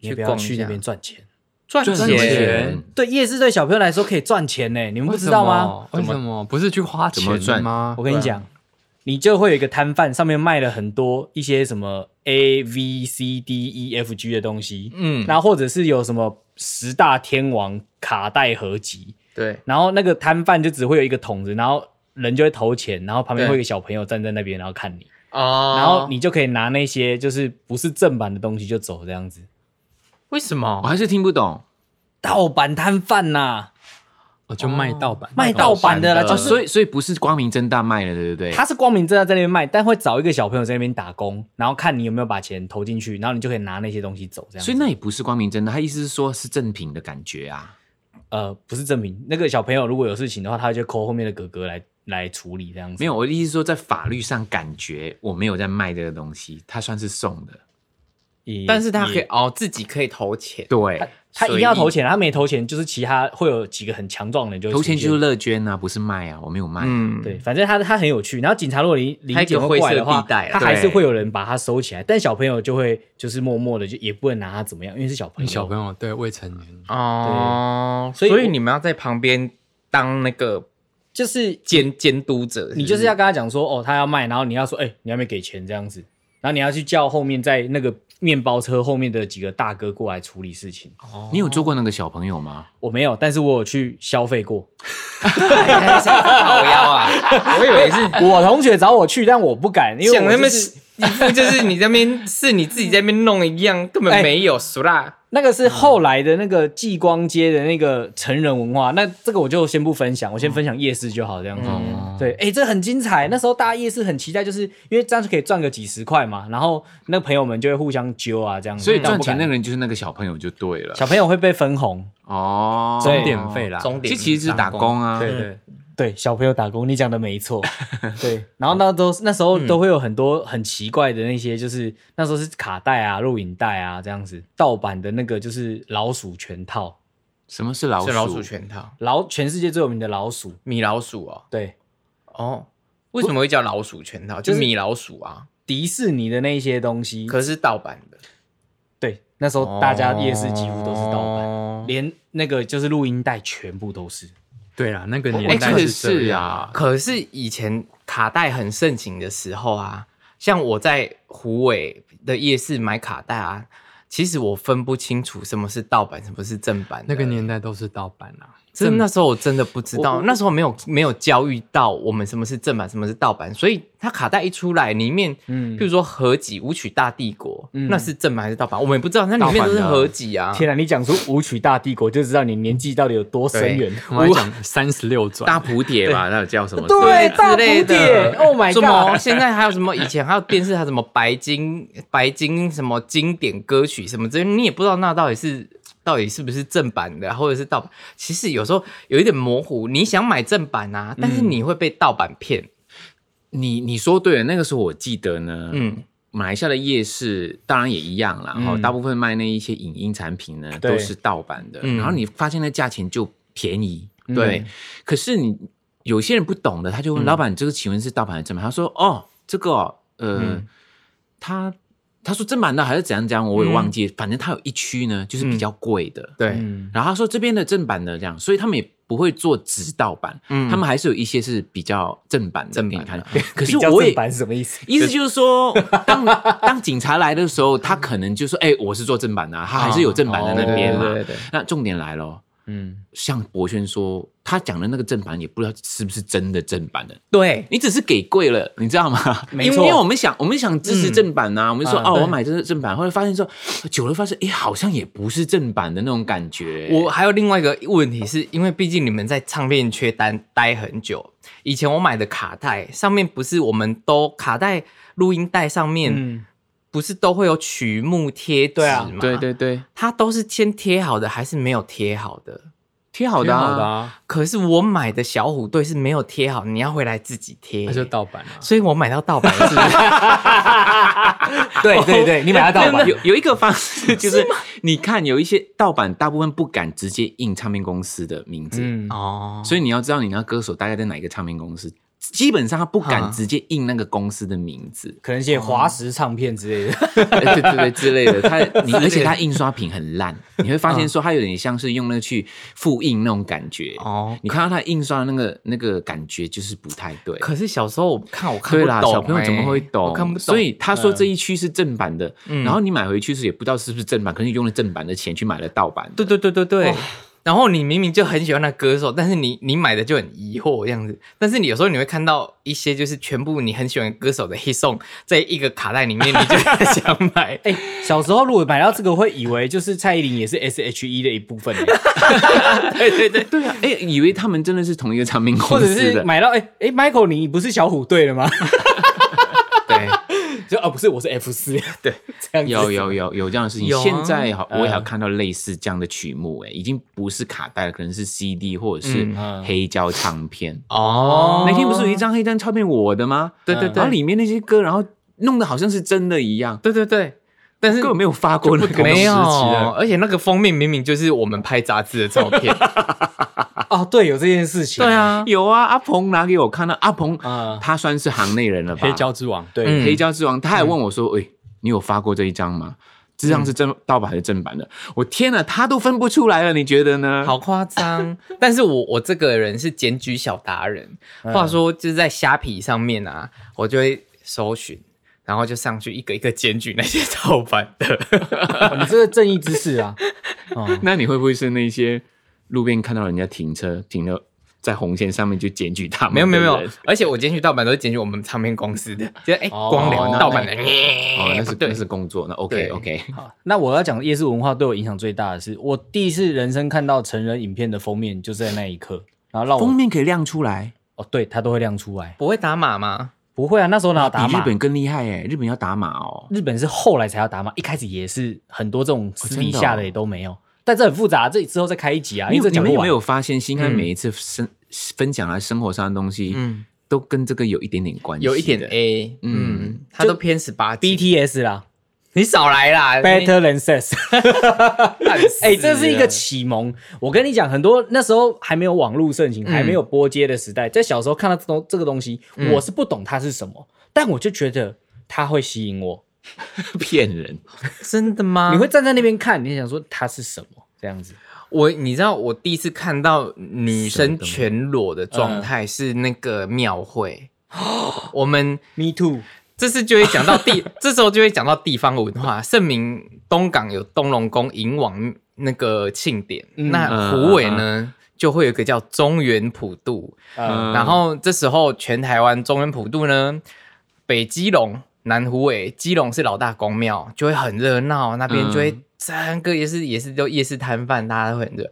C: 你要不要
A: 逛一下
C: 去那边赚钱？
A: 赚
B: 赚钱
C: 对，夜市对小朋友来说可以赚钱呢，你们不知道吗？
D: 为什么？为什么不是去花
B: 怎么
D: 钱的
B: 赚
D: 吗？
C: 我跟你讲，你就会有一个摊贩，上面卖了很多一些什么 A V C D E F G 的东西，
A: 嗯，
C: 然后或者是有什么十大天王卡带合集，
A: 对，
C: 然后那个摊贩就只会有一个桶子，然后人就会投钱，然后旁边
A: 对
C: 会有一个小朋友站在那边，然后看你，
A: 哦
C: 然后你就可以拿那些就是不是正版的东西就走这样子，
A: 为什么
B: 我？哦
C: 哦
B: 还是听不懂
C: 盗版摊贩呐，哦
D: 我就卖盗版，
C: 卖盗版的啦，就
B: 哦，
C: 是。
B: 所以所以不是光明正大卖的，对不对？
C: 他是光明正大在那边卖，但会找一个小朋友在那边打工，然后看你有没有把钱投进去，然后你就可以拿那些东西走，这样子。
B: 所以那也不是光明正大，他意思是说是正品的感觉啊。
C: 呃，不是证明那个小朋友如果有事情的话，他就扣后面的哥哥来来处理这样子。
B: 没有，我的意思是说，在法律上感觉我没有在卖这个东西，它算是送的。
C: 也，
A: 但是他可以
C: 也
A: 哦，自己可以投钱，
B: 对，
C: 他一定
A: 随意
C: 要投钱，他没投钱就是其他会有几个很强壮的人就会
B: 投钱
C: 出
B: 就是
C: 现
B: 乐捐啊，不是卖啊，我没有卖。
A: 嗯，
C: 对，反正他他很有趣。然后警察如果理理解或怪的
A: 它有个灰色
C: 话
A: 地带，啦
C: 他还是
B: 对
C: 会有人把他收起来，但小朋友就会就是默默的就也不能拿他怎么样，因为是小朋
D: 你
C: 友。
D: 小朋友对未成年，
A: 哦，
C: 所
A: 所
C: 以
A: 以
C: 我
A: 你们要在旁边当那个
C: 就是
A: 监监督者，不
C: 你就是要跟他讲说，哦，他要卖，然后你要说，哎、你还没给钱这样子，然后你要去叫后面在那个面包车后面的几个大哥过来处理事情。
B: 你有做过那个小朋友吗？
C: 我没有，但是我有去消费 过。
A: 哎好腰啊， 我以为是
C: 我同学找我去，但我不敢，因为
A: 讲
C: 我、
A: 那
C: 就
A: 么
C: 是
A: 一副就是你在那边是你自己在那边弄一样，根本没有熟啦。
C: 那个是后来的那个继光街的那个成人文化。那这个我就先不分享，我
B: 嗯
C: 先分享夜市就好，这样子。对，哎、这很精彩。那时候大家夜市很期待，就是因为这样就可以赚个几十块嘛，然后那朋友们就会互相揪啊，这样子。
B: 所以
C: 但我
B: 赚
C: 不
B: 钱
C: 敢
B: 那个人就是那个小朋友就对了。
C: 小朋友会被分红。
B: 哦，
C: 对
D: 钟点费啦，
A: 钟点
B: 这其实是打工啊。
D: 对对，
C: 对，小朋友打工，你讲的没 错。对，然后那都那时
A: 嗯
C: 候都会有很多很奇怪的那些，就是那时候是卡带啊、录影带啊这样子，盗版的那个就是老鼠全套，
B: 什么是老鼠？
A: 是老鼠全套，
C: 老全世界最有名的老鼠。
A: 米老鼠哦，
C: 对，
A: 哦，为什么会叫老鼠全套？就米老鼠啊，
C: 迪士尼的那一些东西，
A: 可是盗版的，
C: 对，那时候大家夜市几乎都是盗版，
A: 版。
C: 连那个就是录音带全部都是。
D: 对啦，那个
B: 哎，
D: 年代
B: 确实
D: 这
B: 是
D: 样，啊
B: 啊。
A: 可是以前卡带很盛行的时候啊，像我在虎尾的夜市买卡带啊，其实我分不清楚什么是盗版，什么是正版的。
D: 那个年代都是盗版啊。
A: 真的那时候我真的不知
B: 我
A: 道，那时候没有没有教育到我们什么是正版，什么是盗版，所以它卡带一出来，里面，
C: 嗯
A: 嗯，譬如说合集《舞曲大帝国》
C: 嗯
A: 那是正版还是盗版，我们也不知道，那里面都是合集啊。
C: 天啊，你讲出《舞曲大帝国》，就知道你年纪到底有多深远。
D: 我们还讲三十六转，
B: 大蝴蝶吧，那个叫什么？
C: 对，大
A: 之
C: 蝴
A: 类
C: 蝶
A: 的
C: ，Oh my
A: 什
C: god！
A: 么？现在还有什么？以前还有电视，还有什么白金、 白金什么经典歌曲什么之类，你也不知道那到底是到底是不是正版的，或者是盗版。其实有时候有一点模糊。你想买正版啊，但是你会被盗版骗。
B: 你你说对了，那个时候我记得呢，
A: 嗯
B: 嗯，马来西亚的夜市当然也一样啦，然后、大部分卖那一些影音产品呢
C: 对
B: 都是盗版的，
A: 嗯
B: 然后你发现那价钱就便宜，对。可是你有些人不懂的，他就问老板：“这个请问是盗版还是正版？”他说：“哦，这个哦呃，他他说正版的还是怎样怎样，我也忘记，反正他有一区呢就是比较贵的，
A: 对，
C: 嗯
B: 然后他说这边的正版的这样，所以他们也不会做直盗版，
A: 嗯
B: 他们还是有一些是比较正版的
A: 正
B: 给你
A: 版
B: 看
A: 的。
B: 可
C: 比
B: 是
C: 较
B: 我也
C: 正版是什么意思？
B: 意思就是说，当当警察来的时候，他可能就说：“哎、我是做正版的、啊，他还是有正版的那边嘛。
A: 哦对对对对
B: 那重点来了，
C: 嗯，
B: 像博轩说，他讲的那个正版也不知道是不是真的正版的，
A: 对，
B: 你只是给贵了，你知道吗？
C: 没
B: 因为
C: 错
B: 因为我们想，我们想支持正版呐、我们说
C: 嗯
A: 啊
B: 哦，
C: 对
B: 我买这是正版，后来发现说，久了发现，哎、好像也不是正版的那种感觉。
A: 我还有另外一个问题是，因为毕竟你们在唱片圈待待很久，以前我买的卡带上面不是我们都卡带录音带上面、
C: 嗯
A: 不是都会有曲目贴纸
C: 对啊
A: 吗？
B: 对对对，
A: 它都是先贴好的还是没有贴好的？
B: 贴好
D: 挺
B: 的、啊，
D: 好的啊，
A: 可是我买的小虎队是没有贴好，你要回来自己贴
D: 那，就盗版 啊。
A: 所以我买到盗版是不 是
C: 对对对，你买它盗版
B: 哎有有一个方式就是，你看有一些盗版，大部分不敢直接印唱片公司的名字，
D: 嗯，
A: 哦，
B: 所以你要知道你那歌手大概在哪一个唱片公司。基本上他不敢直接印那个公司的名字
C: ，可能写华石唱片之类的，
B: 呃对对对之类的。他你而且他印刷品很烂，你会发现说他有点像是用那个去复印那种感觉。
A: 哦
B: 哦，你看到他印刷的那个那个感觉就是不太对。
A: 可是小时候我看我看
B: 对
A: 不
B: 啦，
A: 懂、
B: 小朋友怎么会
A: 欸
B: 懂？
A: 我看不懂，嗯
B: 所以他说这一区是正版的，然后你买回去是也不知道是不是正版，可是你用了正版的钱去买了盗版的。
A: 对对对对对。然后你明明就很喜欢那歌手，但是你你买的就很疑惑这样子。但是你有时候你会看到一些就是全部你很喜欢的歌手的 hit song 在一个卡带里面，你就 想买。
C: 哎、小时候如果买到这个，会以为就是蔡依林也是 S H E 的一部分欸，
A: 对对对，
B: 对啊，哎，以为他们真的是同一个唱片公
C: 或者
B: 司
C: 是
B: 的，
C: 买到哎哎、m i c h a e l 你不是小虎队的吗？
B: 对，
C: 就哦不是，我是 F 四，对， 这样子
B: 有有有有这样的事情。
A: 有啊
B: 现在好，我也有看到类似这样的曲目，哎，已经不是卡带了，可能是 CD 或者是
C: 嗯
B: 黑胶唱片。
A: 哦
B: 那天不是有一张黑胶唱片我的吗？
A: 对对
B: 然后
A: 对，
B: 里面那些歌，然后弄得好像是真的一样，
A: 对对对，但是
B: 根本没有发过那个
A: 没有
B: 时期啊，
A: 而且那个封面明明就是我们拍杂志的照 片。
C: 哦，对，有这件事情，
A: 对，啊，
B: 有啊，阿鹏拿给我看了，阿鹏
C: 啊
B: 他算是行内人了吧？
D: 黑胶之王，
C: 对，
A: 嗯嗯
B: 黑胶之王，他还问我说：“喂、你有发过这一张吗？”这张是正盗版还是正版的？我天哪，他都分不出来了，你觉得呢？，
A: 好夸张！但是我我这个人是检举小达人，
B: 嗯
A: 话说就是在虾皮上面啊，我就会搜寻，然后就上去一个一个检举那些盗版的。
C: 哦你这个正义之士啊，
B: 那你会不会是那些路边看到人家停车停了在红线上面就检举他们？
A: 没有没有没
B: 对
A: 有
B: 不，
A: 而且我检举盗版都是检举我们唱片公司的，就是哎、
C: 哦
A: 光良
B: 那
A: 盗版的，
B: 对哦，那是
A: 对
B: 那是工作，那 OK
A: 对
B: OK，
C: 好那我要讲夜市文化对我影响最大的是，我第一次人生看到成人影片的封面，就是在那一刻，然后
A: 哦
C: 让
B: 封
C: 我
B: 面可以亮出来，
C: 哦，对，它都会亮出来。
A: 不会打码吗？
C: 不会啊，那时候哪有打
B: 比日
C: 码？
B: 本更厉害哎，日本要打码哦。
C: 日本是后来才要打码，一开始也是很多这种私底
B: 真的哦
C: 下的也都没有。但这很复杂，这之后再开一集
A: 哎
C: 啊，
B: 你
C: 因
B: 有
C: 为这
B: 你
C: 讲
B: 们
C: 不
B: 有没
C: 完。
B: 有发现，星汉每一次生、分享他啊生活上的东西，
A: 嗯
B: 都跟这个有一点点关系的，
A: 有一点哎 A，嗯，他都偏十八
C: BTS 啦
A: 你少来啦
C: ，Better Than Sex，哎、
A: 哎
C: 这是一个启蒙。我跟你讲，很多那时候还没有网络盛行，还没有波街的时代，在小时候看到这东这个东西，我是不懂它是什么，但我就觉得它会吸引我。
B: 骗人。
A: 真的吗？
C: 你会站在那边看，你想说它是什么这样子？
A: 我你知道我第一次看到女生全裸的状态是那个庙会，我们
C: Me too，
A: 这次就会讲到地，这时候就会讲到地方文化。盛明东港有东龙宫迎王那个庆典，那虎尾呢、就会有一个叫中原普渡，
C: 呃，
B: 嗯
A: 然后这时候全台湾中原普渡呢，北基隆、南湖尾，基隆是老大公庙，就会很热闹，那
B: 嗯
A: 边就会整个也是也是都夜市摊贩，大家都很热。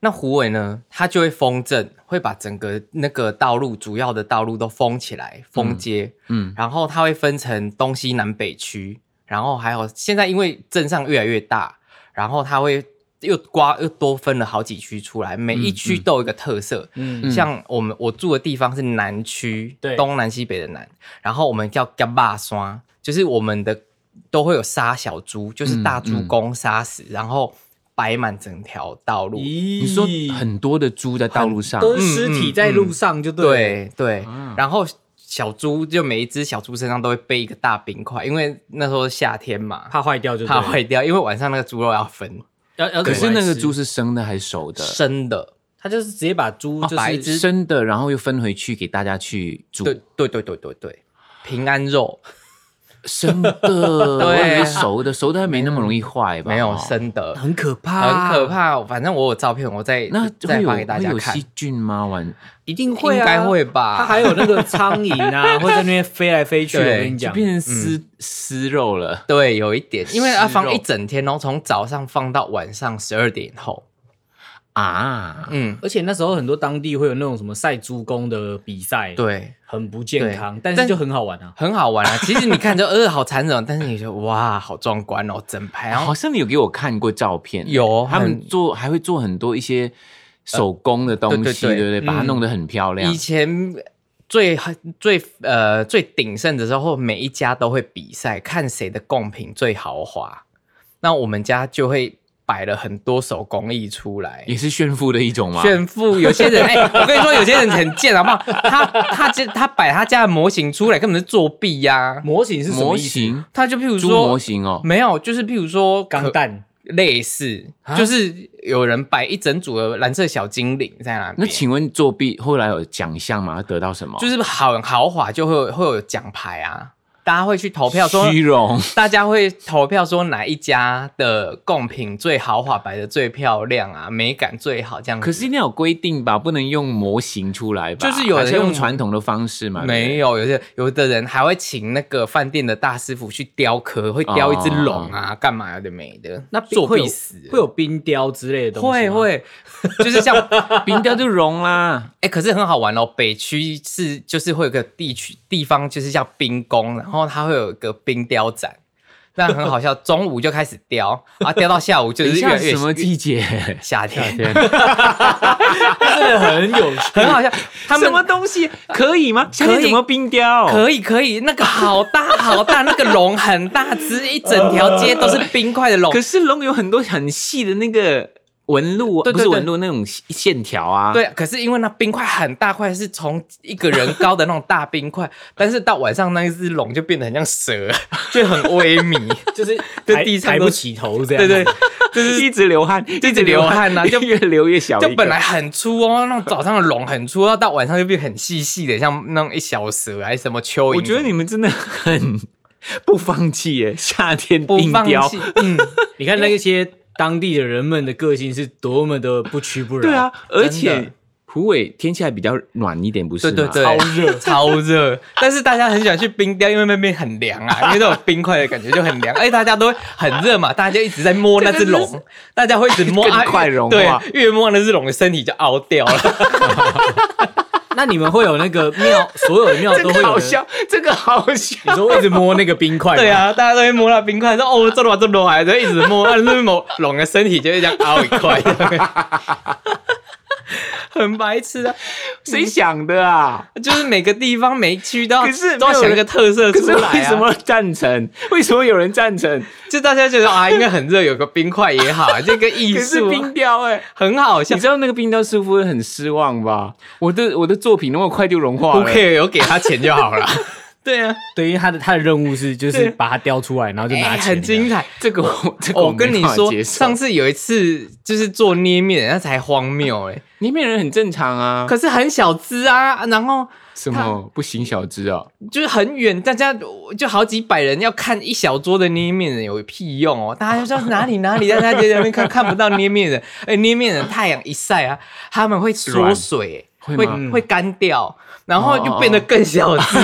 A: 那湖尾呢，它就会封镇，会把整个那个道路主要的道路都封起来，封街，
B: 嗯
A: 然后它会分成东西南北区，然后还有现在因为镇上越来越大，然后它会又刮又多分了好几区出来，每一
B: 嗯
A: 区都有一个特色。
C: 嗯
A: 嗯，像我们我住的地方是南区，
C: 对
A: 东南西北的南，然后我们叫嘎巴刷，就是我们的都会有杀小猪，就是大猪公杀死，然后摆满整条道路。
C: 咦
B: 你说
A: 嗯
B: 很多的猪在道路上，
C: 都是尸体在路上就嗯对了。
A: 对对，然后小猪就每一只小猪身上都会背一个大冰块，因为那时候夏天嘛，
C: 怕坏掉就对
A: 怕
C: 了
A: 坏掉，因为晚上那个猪肉要分
C: 要要
B: 可是那个猪
C: 是，
B: 是生的还是熟的？
A: 生的，
C: 他就是直接把猪就是、
A: 把一只
B: 生的，然后又分回去给大家去煮。
A: 对对对对对对，平安肉
B: 生 的，我以为熟的，熟的还没那么容易坏吧？
A: 啊没有
B: 哦。
A: 生的。
C: 很可怕，
A: 很可。怕，反正我有照片，我再
B: 那
A: 再
B: 会有
A: 发给大
B: 会
A: 家
B: 有
A: 看
B: 细，菌吗？完
A: 一定
C: 会啊
A: 应该会
C: 它
A: 吧？
C: 还有那个苍蝇啊，会在那边飞来飞去。我
A: 对
C: 跟你
B: 就
C: 讲，
B: 变
A: 嗯
B: 成丝丝肉了。
A: 对，有一点，因为
B: 是
A: 它放
B: 肉
A: 一整天，然后从早上放到晚上十二点后，
B: 啊，
A: 嗯，
C: 而且那时候很多当地会有那种什么赛猪公的比赛，，
A: 对，
C: 很不健康，但是就很好玩啊。
A: 很好玩 啊。其实你看就呃好残忍哦，但是你说哇好壮观
B: 哎
A: 哦，整排然后
B: 好像你有给我看过照片，
A: 有
B: 他
A: 很呃
B: 们做还会做很多一些手工的东西，
A: 对对对嗯
B: 对不对？把它弄得很漂亮
A: 以。前最最呃最鼎盛的时候，每一家都会比赛，看谁的贡品最豪华。那我们家就会摆了很多手工艺出来。
B: 也是炫富的一种吗？
A: 炫富，有些人哎、我跟你说，有些人很贱，好不好？他他这他摆他家的模型出来，根本是作弊呀、
C: 模型是什么
B: 模
C: 意思？
B: 型，
A: 他就譬如
B: 猪
A: 说，
B: 模型哦，
A: 没有，就是譬如说可
C: 钢蛋，
A: 类似，
B: 啊
A: 就是有人摆一整组的蓝色小精灵在那边。
B: 那请问作弊后来有奖项吗？得到什么？
A: 就是好豪华就会有会有奖牌啊，大家会去投票说，
B: 虚 荣，
A: 大家会投票说哪一家的贡品最豪华，摆的最漂亮啊，美感最好这样子。
B: 可是一定要有规定吧，不能用模型出来吧？
A: 就是有人
B: 还用
A: 用
B: 传统的方式嘛？
A: 没
B: 有，
A: 有，有些有的人还会请那个饭店的大师傅去雕刻，会雕一只龙啊，干嘛有的没的，
C: 那
A: 作
C: 会
A: 弊
C: 有
A: 死了
C: 会有冰雕之类的东西
A: 会
C: 吗，
A: 会，就是像
B: 冰雕就融啦。
A: 哎、可是很好玩哦。北区是就是会有个地区地方，就是叫冰宫，然后它会有一个冰雕展，那很好笑。中午就开始雕，啊，雕到下午就
B: 等一
A: 是越
B: 下
A: 来越
B: 什么季节？
A: 夏天，。
C: 真的很有趣
A: 很好笑。他们
B: 东西 可以吗？夏天怎么冰雕？
A: 可以可以，那个好大好大，那个龙很大只，一整条街都是冰块的龙
B: 可。是龙有很多很细的那个纹路，啊
A: 对对
B: 不是
A: 对
B: 纹路那种线条啊。，
A: 对，可是因为那冰块很大块，是从一个人高的那种大冰块， 但是到晚上那一只龙就变得很像蛇， 就很微 迷。
C: 就是
A: 对
C: 抬
A: 地上
C: 抬
A: 都
C: 不起头这样，
A: 对对，
B: 就是一直流汗， 一直
A: 流汗啊就
B: 越流越小一个。
A: 就本来很粗哦，那种早上的龙很粗，然后到晚上就变很细细的，像那种一小蛇还是什么蚯蚓。
B: 我觉得你们真的很不放弃耶，夏天
A: 不
B: 冰
A: 放
B: 雕
A: 弃。，嗯，
C: 你看那些当地的人们的个性是多么的不屈不饶。
B: 对啊，而且
A: 真的
B: 湖尾天气还比较暖一点，不是
A: 对
B: 吗？
A: 对对，
B: 哦
A: 热， 超热。但是大家很喜欢去冰雕，因为那边很凉 啊，因为那种冰块的感觉就很凉，而且大家都会很热嘛，大家就一直在摸那只 龙，大家会一直摸，
B: 更
A: 啊
B: 快
A: 越
B: 融
A: 对
B: 化，
A: 越摸那只龙的身体就凹掉了。
C: 那你们会有那个庙，所有的庙
B: 这
C: 都会
B: 个
C: 有
B: 好
C: 人。
B: 笑，这个好笑。
C: 你说一直摸那 个冰块，
A: 对，啊，大家都会摸那冰块，说哦，这龙这龙还在一直摸，啊那只某龙的身体就会这样凹一块， 很白痴啊。
B: 谁想的啊？
A: 就是每个地方每一区都要
B: 可是
A: 都要想一个特色
B: 可
A: 出
B: 是
A: 来、啊、
B: 为什么赞成？为什么有人赞成？
A: 就大家觉得啊，应该很热，有个冰块 也好，这个艺
B: 可是
A: 术啊
B: 冰雕哎、
A: 很好
B: 你
A: 笑。
B: 知道那个冰雕师傅会很失望吧？我的我的作品那么快就融化
A: o
B: 了。
A: k 有给他钱就好了。对啊，
C: 对，因为他的他的任务是就是把它雕出来，然后就拿
A: 哎
C: 钱
A: 很
C: 这样。
A: 精彩。
B: 这个我这个
A: 我跟
B: 没
A: 你
B: 办法
A: 说
B: 接，受
A: 上次有一次就是做捏面，那才荒谬哎、
B: 里面人很正常啊，
A: 可是很小只啊，然后
B: 什么不行小只啊？
A: 就是很远，大家就好几百人要看一小桌的捏面人有屁用哦！大家就说哪里哪里，大家就在那边看看不到捏面人，哎，捏面人太阳一晒啊，他们会缩水，
B: 软
A: 会
B: 会
A: 会干掉，然后就变得更小只。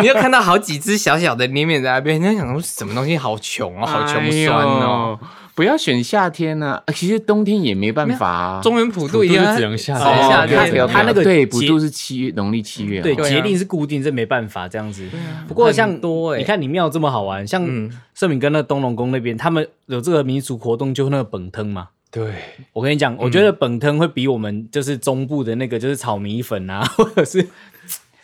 A: 你就看到好几只小小的捏面在那边，你在想说什么东西好穷哦，好穷酸哦。
B: 哎呦！不要选夏天呢、啊，其实冬天也没办法、啊。
A: 中原普渡一啊
D: 普渡
A: 定要
D: 就只能夏
B: 哦
A: 只
D: 天
A: 能夏
D: 不要
A: 天
D: 不要不要
B: 它
C: 它
B: 那
C: 那
B: 个
C: 个
B: 对
C: 节
B: 普渡是七月，农历七月、
C: 对，
B: 哦
A: 啊
C: 节令是固定，这没办法这样子。不过像
A: 很多欸嗯
C: 你看你庙这么好玩，像盛敏跟那东龙宫那边，他们有这个民俗活动，就那个本汤嘛。
D: 对，
C: 我跟你
A: 嗯
C: 讲，我觉得本汤会比我们就是中部的那个就是炒米粉啊， 或者是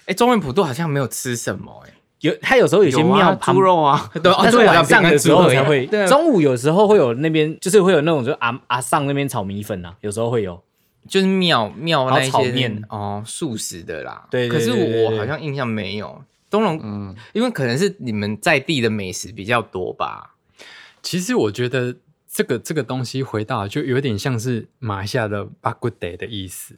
A: 哎，中原普渡好像没有吃什么哎，
C: 有他有时候有些
B: 有
C: 庙
B: 啊，
C: 旁
B: 猪肉啊，
A: 对哦
C: 但是
A: 对啊
C: 晚上的时候才会，
A: 对啊
C: 中午有时候会有那边就是会有那种就是阿阿上那边炒米粉啊，有时候会有。
A: 就是庙庙那一些
C: 然后炒面
A: 哦，素食的啦。
C: 对对对
A: 可是
C: 对
A: 我
C: 对
A: 我好像印象没有东龙，
B: 嗯
A: 因为可能是你们在地的美食比较多吧。
D: 其实我觉得这个这个东西回到就有点像是马来西亚的巴古德的意思，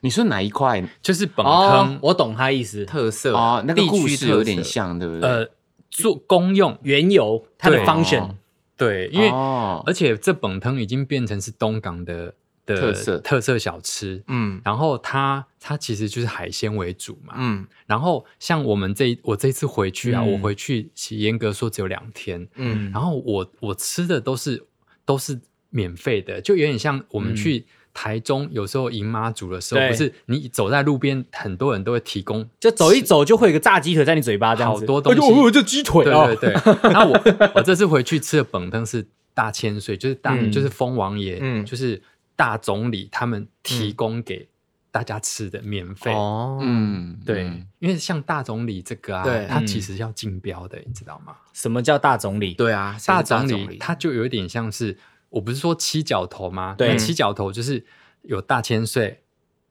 B: 你说哪一块？
D: 就是本坑、
C: 我懂他意思，
A: 嗯特色
B: 哦，那个
A: 地区
B: 故事有点
A: 特色
B: 像，对不对？
D: 呃做公用
C: 原油它的
D: 对
C: function
D: 对，因为、
B: 哦
D: 而且这本藤已经变成是东港的的
B: 特色
D: 特色小吃，
A: 嗯
D: 然后它它其实就是海鲜为主嘛，
A: 嗯
D: 然后像我们这一我这一次回去啊，
C: 嗯
D: 我回去其实严格说只有两天，
A: 嗯
D: 然后我我吃的都是都是免费的，就有点像我
A: 嗯
D: 们去台中有时候姨妈煮的时候，
C: 对
D: 不是你走在路边，很多人都会提供
C: 就走一走就会有个炸鸡腿在你嘴巴这样子，
D: 好多东西
C: 哎呦哦这鸡腿
D: 对
C: 哦
D: 对对，那我我这次回去吃的本灯是大千岁，就是大、
A: 嗯
D: 就是蜂王爷，
A: 嗯
D: 就是大总理他们提供给大家吃的免费。
A: 哦，
B: 嗯，
D: 对，因为像大总理这个
A: 对
D: 啊，它
C: 嗯
D: 其实要竞标的，你知道吗？
C: 什么叫大总理？
A: 对啊，谁是
D: 大
A: 总
D: 总理它就有点像是，我不是说七角头吗？
C: 对
D: 那七角头就是有大千岁、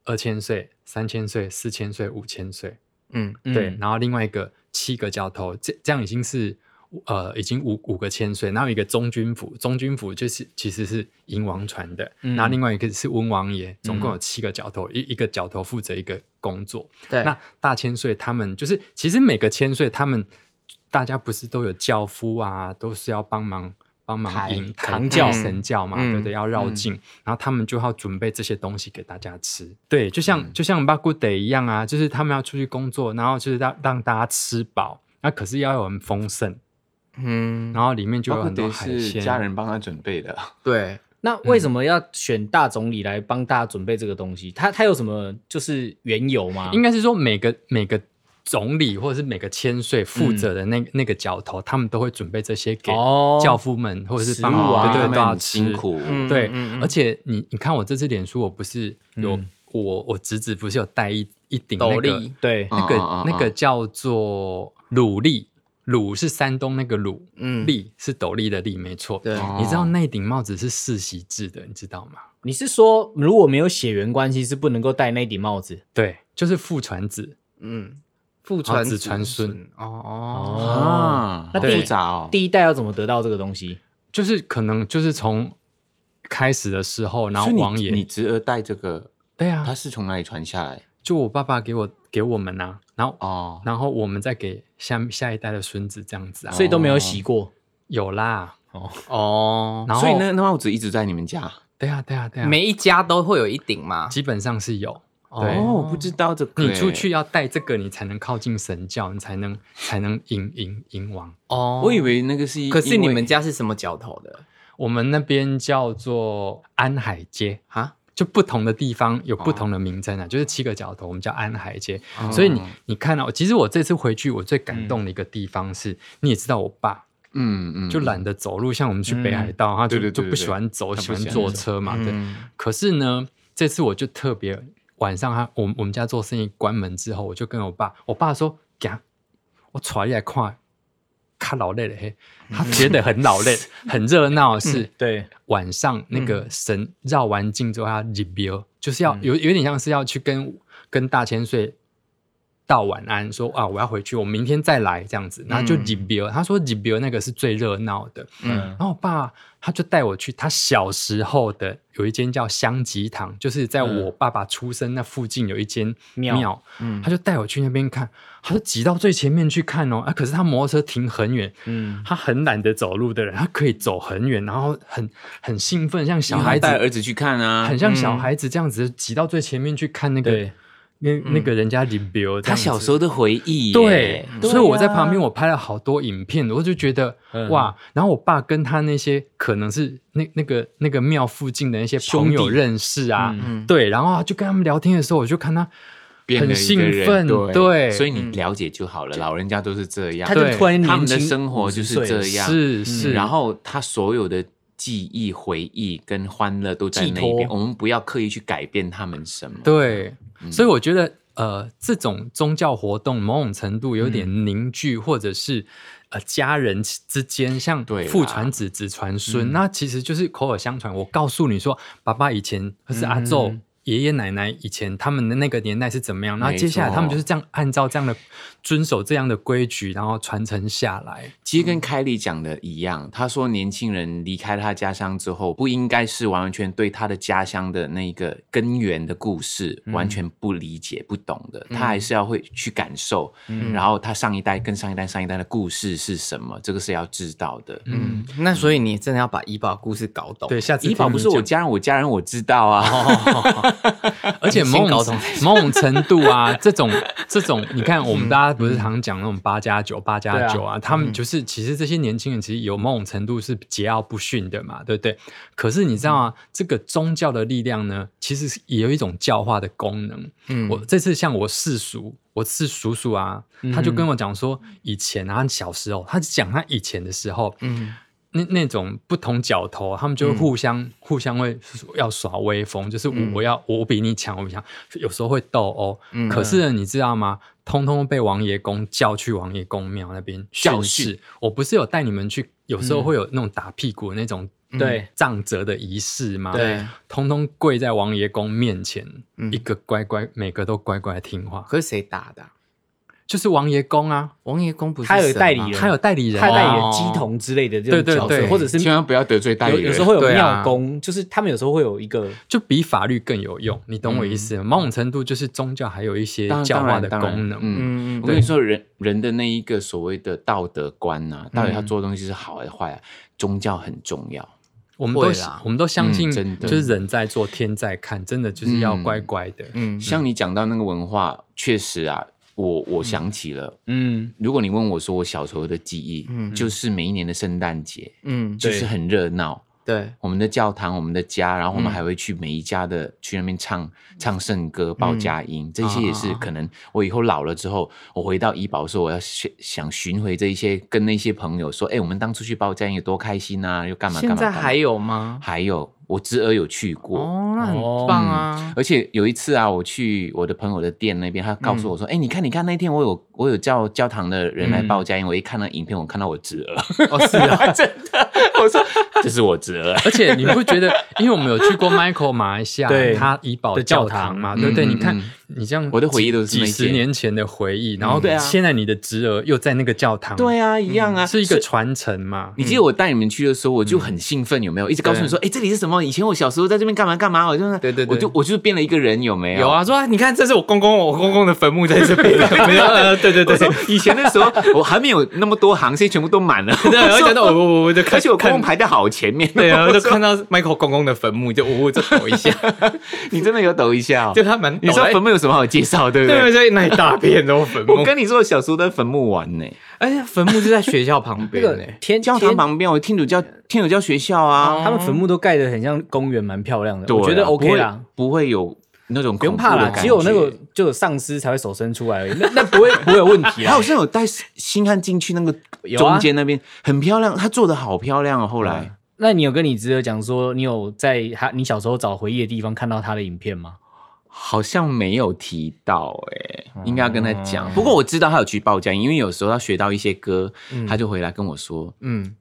D: 二千岁、三千岁、四千岁、五千岁，
A: 嗯
C: 嗯
D: 对，然后另外一个七个角头，这这样已经是呃已经五五个千岁，然后一个中军府，中军府就是其实是银王传的，
C: 嗯
D: 然后另外一个是温王爷，总共有七个角头，一一个角头负责一个工作，
A: 对，
D: 那大千岁他们就是，其实每个千岁他们大家不是都有轿夫啊，都是要帮忙帮忙
C: 抬
D: 引
C: 扛轿
D: 神轿嘛，
A: 嗯
D: 对不对？要绕境，然后他们就要准备这些东西给大家吃。对，就像、就像巴古德一样啊，就是他们要出去工作，然后就是让让大家吃饱，那可是要有很丰盛，
A: 嗯，
D: 然后里面就
B: 包
D: 有
B: 括
D: 很多
B: 得
D: 海
B: 是
D: 鲜。
B: 家人帮他准备 的，
A: 对，
C: 那为什么要选大总理来帮大家准备这个东西？他他有什么就是缘由吗？
D: 应该是说每个每个总理或者是每个千岁负责的那、那个角头，他们都会准备这些给
C: 哦
D: 教父们、或者是
C: 食
D: 帮
C: 物啊
B: 他
D: 忙对对都
B: 们
D: 要
B: 很
D: 吃
B: 辛。苦，
A: 嗯
D: 对，
A: 嗯嗯
D: 而且你你看我这次脸书，我不是有、
C: 嗯
D: 我我侄子不是有戴一一顶
A: 斗
D: 那个
A: 笠，
C: 对，
D: 那个、
B: 嗯嗯嗯嗯
D: 那个叫做鲁笠，鲁是山东那个鲁，
A: 嗯
D: 笠是斗笠的笠，没错。
A: 对，
B: 哦
D: 你知道那顶帽子是世袭制的，你知道吗？
C: 你是说如果没有血缘关系是不能够戴那顶帽子？
D: 对，就是父传子。
A: 嗯，父
D: 然后
A: 传
D: 子传孙，
A: 哦哦，
B: 啊，
C: 那
B: 好
C: 对
B: 复杂哦，
C: 第一代要怎么得到这个东西？
D: 就是可能就是从开始的时候，然后
B: 所以你
D: 王爷
B: 你侄儿带这个，
D: 对
B: 他
D: 啊，
B: 是从哪里传下来？
D: 就我爸爸给我给我们啊，然后、
B: 哦，
D: 然后我们再给下下一代的孙子这样子啊，
C: 所以都没有洗过。
D: 有啦，
A: 哦，
D: 然后
B: 所以那那帽子一直在你们家？
D: 对啊对啊对啊，
A: 每一家都会有一顶嘛，
D: 基本上是有，对。
B: 哦，我不知道这个欸。
D: 你出去要带这个，你才能靠近神教，你才 能才能赢赢赢王。
A: 哦
B: 我以为那个是，
A: 可是你
B: 因为
A: 们家是什么角头的
D: 我们那边叫做安海街，
A: 啊？
D: 就不同的地方有不同的名称啊，就是七个角头，我们叫安海街。
B: 哦
D: 所以你你看到、其实我这次回去，我最感动的一个地方是，你也知道我爸
B: 嗯嗯，
D: 就懒得走路，像我们去北海道，他就
B: 对对对
D: 就不喜欢走，
B: 对对
D: 喜欢
B: 他不喜欢
D: 坐车嘛。对。
A: 嗯
D: 可是呢，这次我就特别晚上他我我们家做生意关门之后，我就跟我爸，我爸说：“行，我出来看，看老累了嘿。”他觉得很老累，很热闹是。
C: 对，
D: 晚上那个神绕完境之后，他入庙，就是要有有点像是要去跟跟大千岁道晚安，说啊我要回去，我明天再来这样子，然后就入庙。他说入庙那个是最热闹的，
A: 嗯
D: 然后我爸他就带我去他小时候的有一间叫香吉堂，就是在我爸爸出生那附近有一间
C: 庙
D: 庙，
A: 嗯
D: 他就带我去那边看，他就挤到最前面去看哦，啊，可是他摩托车停很远，
C: 嗯，
D: 他很懒得走路的人，他可以走很远，然后很很兴奋，像小
B: 你还
D: 孩子
B: 带，儿子去看啊
D: 很。像小孩子这样子挤到最前面去看那个
C: 对
D: 那那个人家领表，
B: 他小时候的回忆耶，
D: 对，
C: 对
D: 所以我在
C: 啊
D: 旁边我拍了好多影片，我就觉得、
C: 嗯
D: 哇，然后我爸跟他那些可能是那那个那个庙附近的那些朋
C: 兄
D: 友
C: 弟
D: 认识啊，
A: 嗯
D: 对，然后就跟他们聊天的时候，我就看他
B: 变了一
D: 很
B: 个
D: 兴
B: 人
D: 奋，对，
B: 所以你了解就好了，老人家都是这样
C: 他，就
D: 对
C: 突然
B: 他们
C: 年
B: 的
C: 轻
B: 生活就是
C: 50岁
B: 这
C: 了
B: 样，
D: 是是，
B: 然后他所有的记忆、回忆跟欢乐都在
C: 寄
B: 那
C: 托
B: 边，我们不要刻意去改变他们什么。
D: 对，
B: 嗯
D: 所以我觉得呃，这种宗教活动某种程度有点凝聚，或者是呃家人之间，像
B: 对啦嗯
D: 父传子，子传孙，那其实就是口耳相传。我告诉你说，爸爸以前或是阿昼。爷爷奶奶以前他们的那个年代是怎么样？然
B: 嗯
D: 后
B: 没
D: 接下来他们
B: 错
D: 就是这样按照这样的遵守这样的规矩，然后传承下来。
B: 其实跟凯莉讲的一样，她说年轻人离开他家乡之后，不应该是完完全对他的家乡的那个根源的故事、完全不理解、不懂的，他还是要会去感受，然后他上一代跟上一代、上一代的故事是什么，这个是要知道的。
A: 嗯，那所以你真的要把怡宝故事搞懂。
D: 对，，下次
B: 怡宝
D: 听
B: 不
D: 你
B: 是我
D: 讲
B: 家人，我家人我知道 啊。
D: 而且某
A: 先搞
D: 种
A: 懂
D: 某种程度啊，这种这种，你看我们大家不
A: 嗯
D: 是常讲那种八加九、八加九啊，他们就是其实这些年轻人其实有某种程度是桀骜不驯的嘛，对不对？可是你知道啊，这个宗教的力量呢，其实是也有一种教化的功能。
A: 嗯
D: 我这次像我四叔，我是叔叔
A: 嗯
D: 啊，他就跟我讲说，以前啊，他小时候，他讲他以前的时候，
A: 嗯
D: 那那种不同角头，他们就会互相、互相会要耍威风，就是我我要、我比你强，我比你强，有时候会斗殴。可是呢你知道吗？通通被王爷公叫去王爷公庙那边
B: 教
D: 训
B: 训
D: 斥。嗯我不是有带你们去，有时候会有那种打屁股的那种
C: 对
D: 杖责的仪式吗？
A: 对，
D: 通通跪在王爷公面前，一个乖乖，每个都乖乖听话，
A: 可是谁打的啊、
D: 就是王爷公啊，
A: 王爷公不是
C: 他有
A: 神吗
C: 代理人
D: 他有代理人
C: 他
D: 啊，
C: 代言鸡童之类的这种
D: 对对
C: 角色，
D: 对
C: 或者是
B: 千万不要得罪代
C: 有
B: 理
C: 有
B: 人
C: 时。候会有
A: 对啊
C: 庙公，就是他们有时候会有一个
D: 就比法律更有用，你懂我意思吗？某种程度就是宗教还有一些
B: 嗯当然
D: 教化的
B: 当然
D: 功能。
B: 嗯
A: 嗯，
B: 我跟你说，人人的那一个所谓的道德观呐、到底他做的东西是好还是坏啊？宗教很重要。
D: 我们都
A: 会啦
D: 我们都相信，
B: 嗯真的
D: 就是人在做天在看，真的就是要乖乖的。
A: 嗯，
B: 像你讲到那个文化，确实啊，我我想起了，
C: 嗯
B: 如果你问我说我小时候的记忆，
A: 嗯
B: 就是每一年的圣诞节，
A: 嗯，
B: 就
C: 对
B: 是很热闹。
A: 对，
B: 我们的教堂，我们的家，然后我
A: 嗯
B: 们还会去每一家的、去那边唱唱圣歌、报佳音，
A: 嗯
B: 这些也
A: 啊
B: 是可能我以后老了之后，我回到怡保说我要想想寻回这一些，跟那些朋友说，哎，我们当初去报佳音有多开心啊，又干嘛干
A: 现
B: 嘛干
A: 在
B: 嘛。
A: 还有吗？
B: 还有我侄儿有去过，
A: 哦，那很
D: 哦
A: 棒啊！
B: 而且有一次啊，我去我的朋友的店那边，他告诉我说：“哎、你看，你看，那天我有我有叫教堂的人来报佳音，我一看到影片，我看到我侄儿，
A: 哦，是啊，
B: 我说 这是我侄儿。
D: 而且你不觉得，因为我们有去过 Michael 马来西亚
C: 对
D: 他怡保
C: 的教
D: 教堂嘛，
B: 堂
D: 对不对？
B: 嗯嗯
D: 你看
B: 嗯
D: 你这样，
B: 我的回忆都是
D: 几
B: 那
D: 几
B: 些
D: 十年前的回忆，然后
B: 对啊
D: 现在你的侄儿又在那个教堂，
B: 对啊，一嗯样啊，
D: 是一个传承嘛。
B: 你记得我带你们去的时候，我就很兴奋，有没有？一直告诉你说，哎、这里是什么？以前我小时候在这边干嘛干嘛，我就是，
A: 对对对
B: 我就我就变了一个人，有没有？
A: 有啊，说你看，这是我公 公，我公公的坟墓在这边。 没有，呃对对对对，
B: 以前的时候，我还没有那么多行，现在全部都满 了。
A: 对，然后讲到我我我就
B: 而
A: 开
B: 且
A: 始
B: 我公
A: 看
B: 公，排在好前面，
A: 对，然后就看到 Michael 公公的坟墓，就哦我我就抖 一下，
B: 你真的有抖一下、哦
A: 就。他蛮抖
B: 你知道
A: 哎
B: 坟墓有什么好介绍，对不啊对？
A: 对对对，那一大片都坟墓
B: 我，跟你说，我小时候在坟墓玩呢、
A: 而且哎坟墓就在学校旁
C: 那
A: 边欸
C: 个
A: 呢。
C: 天
B: 教堂
C: 天
B: 旁边有天主
C: 呃
B: 教天主教学校啊，
C: 他们坟墓都盖得很像公园，蛮漂亮的，
B: 对啊
C: 哦我觉得 OK 啦。
B: 不会，不会有那种
C: 不
B: 恐
C: 用
B: 怖
C: 怕
B: 的
C: 啦，
B: 感觉。啊
C: 只有那个就有丧尸才会手伸出来而已，那那不会不会有问题
B: 他
C: 啊啦
B: 好。像有带星汉进去那个
C: 有啊嗯
B: 中间那边，很漂亮，他做的好漂亮哦。后来
C: 那你有跟你侄儿讲说，你有在他你小时候找回忆的地方看到他的影片吗？
B: 好像没有提到哎、
C: 嗯
B: 应该要跟他讲。不过我知道他有去报价，因为有时候他学到一些歌，
C: 嗯
B: 他就回来跟我说欸
A: 嗯，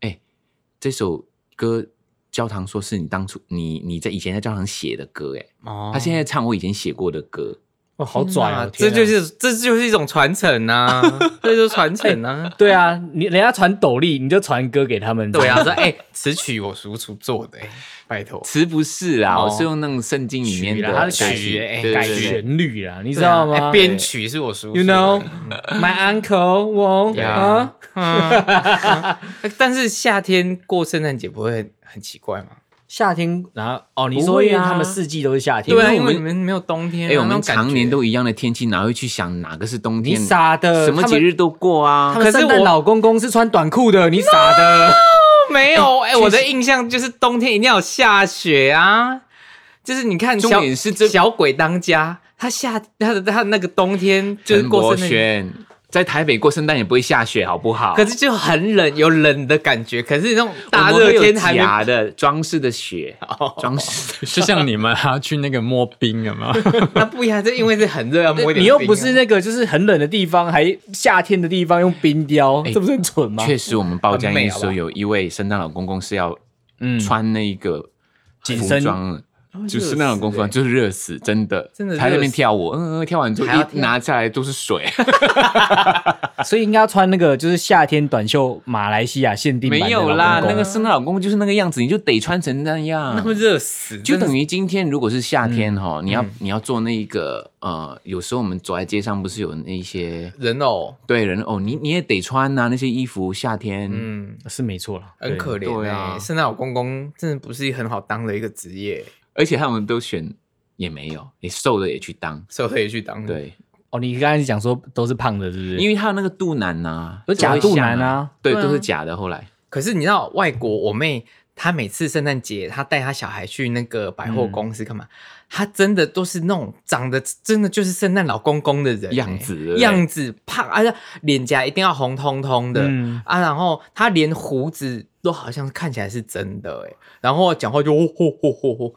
B: 这首歌。教堂说是你当初你你在以前在教堂写的歌哎，
A: 哦
B: 他现在唱我以前写过的歌，
C: 哦，好拽
A: 天
C: 啊！
A: 哪
C: 天
A: 哎这
C: 啊
A: 就是这就是一种传承啊， 这就是传承啊。
C: 对啊，你人家传斗笠，你就传歌给他们。
A: 对啊，说哎，此曲我叔叔做的，哎拜托。
B: 词不是啦，
A: 哦
B: 我是用那种圣经里面
A: 曲
B: 的
A: 啦它是
B: 对
A: 曲哎
B: 对
A: 改
B: 对对
A: 曲
C: 旋律啦，你知道
A: 对啊
C: 吗？
A: 哎编曲是我叔叔。
C: You know my uncle 我
A: Yeah 嗯
C: 啊，
A: 但是夏天过圣诞节不会很很奇怪吗？
C: 夏天然后哦，你
B: 不
C: 说
B: 会
C: 因为
B: 啊
C: 他们四季都是夏天，
A: 对啊，
B: 因为我
A: 因为
B: 们
A: 你们没有冬天啊，
B: 哎、我
A: 那
B: 们
A: 种感觉
B: 常年都一样的天气，哪会去想哪个是冬
C: 你
B: 天？
C: 傻的，
B: 什么
C: 他
B: 节
C: 们？
B: 日都过啊
C: 他！们
A: 可是
C: 圣诞
A: 我
C: 老公公是穿短裤的，你傻的。
A: 没有。 哎，我的
C: 确实
A: 印象就是冬天一定要有下雪啊。就是你看小，
B: 重点是这
A: 小鬼当家，他下他的他那个冬天就是
B: 陈
A: 过
B: 柏
A: 圣诞节，
B: 轩在台北过圣诞也不会下雪，好不好？
A: 可是就很冷，有冷的感觉。可是那种
B: 我
A: 大
B: 们会
A: 热
B: 有
A: 天还没哦
B: 假的装饰的雪，装饰的雪。
D: 就像你们啊，去那个摸冰有没有？
A: 那不一样，这因为是很热，要摸一点
C: 你又
A: 冰
C: 不
A: 啊
C: 是那个就是很冷的地方，还夏天的地方用冰雕，这不是很蠢吗？
B: 确实，我们报佳
A: 很
B: 音
A: 美
B: 的时
A: 好不好
B: 候，有一位圣诞老公公是要
C: 嗯
B: 穿那个
C: 紧
B: 服
C: 身
B: 装的。就是
A: 热
B: 那种
A: 死
B: 功夫，
A: 欸
B: 就是热死，真的，
A: 真的
B: 他在那
A: 热
B: 边
A: 死
B: 跳舞，嗯嗯，跳完之
A: 还要
B: 后一
A: 跳
B: 拿下来都是水，
C: 所以应该要穿那个就是夏天短袖马来西亚限定版的
B: 没有
C: 老
B: 啦，
C: 公啊
B: 那
C: 公
B: 个圣诞老公公就是那个样子，你就得穿成那样，
A: 啊那么热死，
B: 就等
A: 于
B: 于今天如果是夏天
A: 嗯
B: 哈、你要、你要做那个呃，有时候我们走在街上不是有那一些
A: 人偶，
B: 对人哦，你你也得穿呐、那些衣服，夏天、
A: 嗯，
C: 是没错了，
A: 很可怜
B: 对
A: 哎。
B: 啊
A: 圣诞老公公真的不是很好当的一个职业，
B: 而且他们都选也没有，你瘦的也去当，
A: 所以我也去当。，
B: 对，
C: 哦。你刚才讲说都是胖的，是不是？
B: 因为他有那个肚腩呐、
C: 有假肚腩啊，
B: 对，
A: 对啊
B: 都是假的。后来
A: 可是你知道外国我妹。她每次圣诞节，她带她小孩去那个百货公司
B: 嗯
A: 干嘛？她真的都是那种长得真的就是圣诞老公公的人欸
B: 样子对不对
A: 样啊子胖，而且脸颊一定要红彤彤的
C: 嗯
A: 啊，然后她连胡子都好像看起来是真的哎、然后讲话就吼吼吼吼吼，哦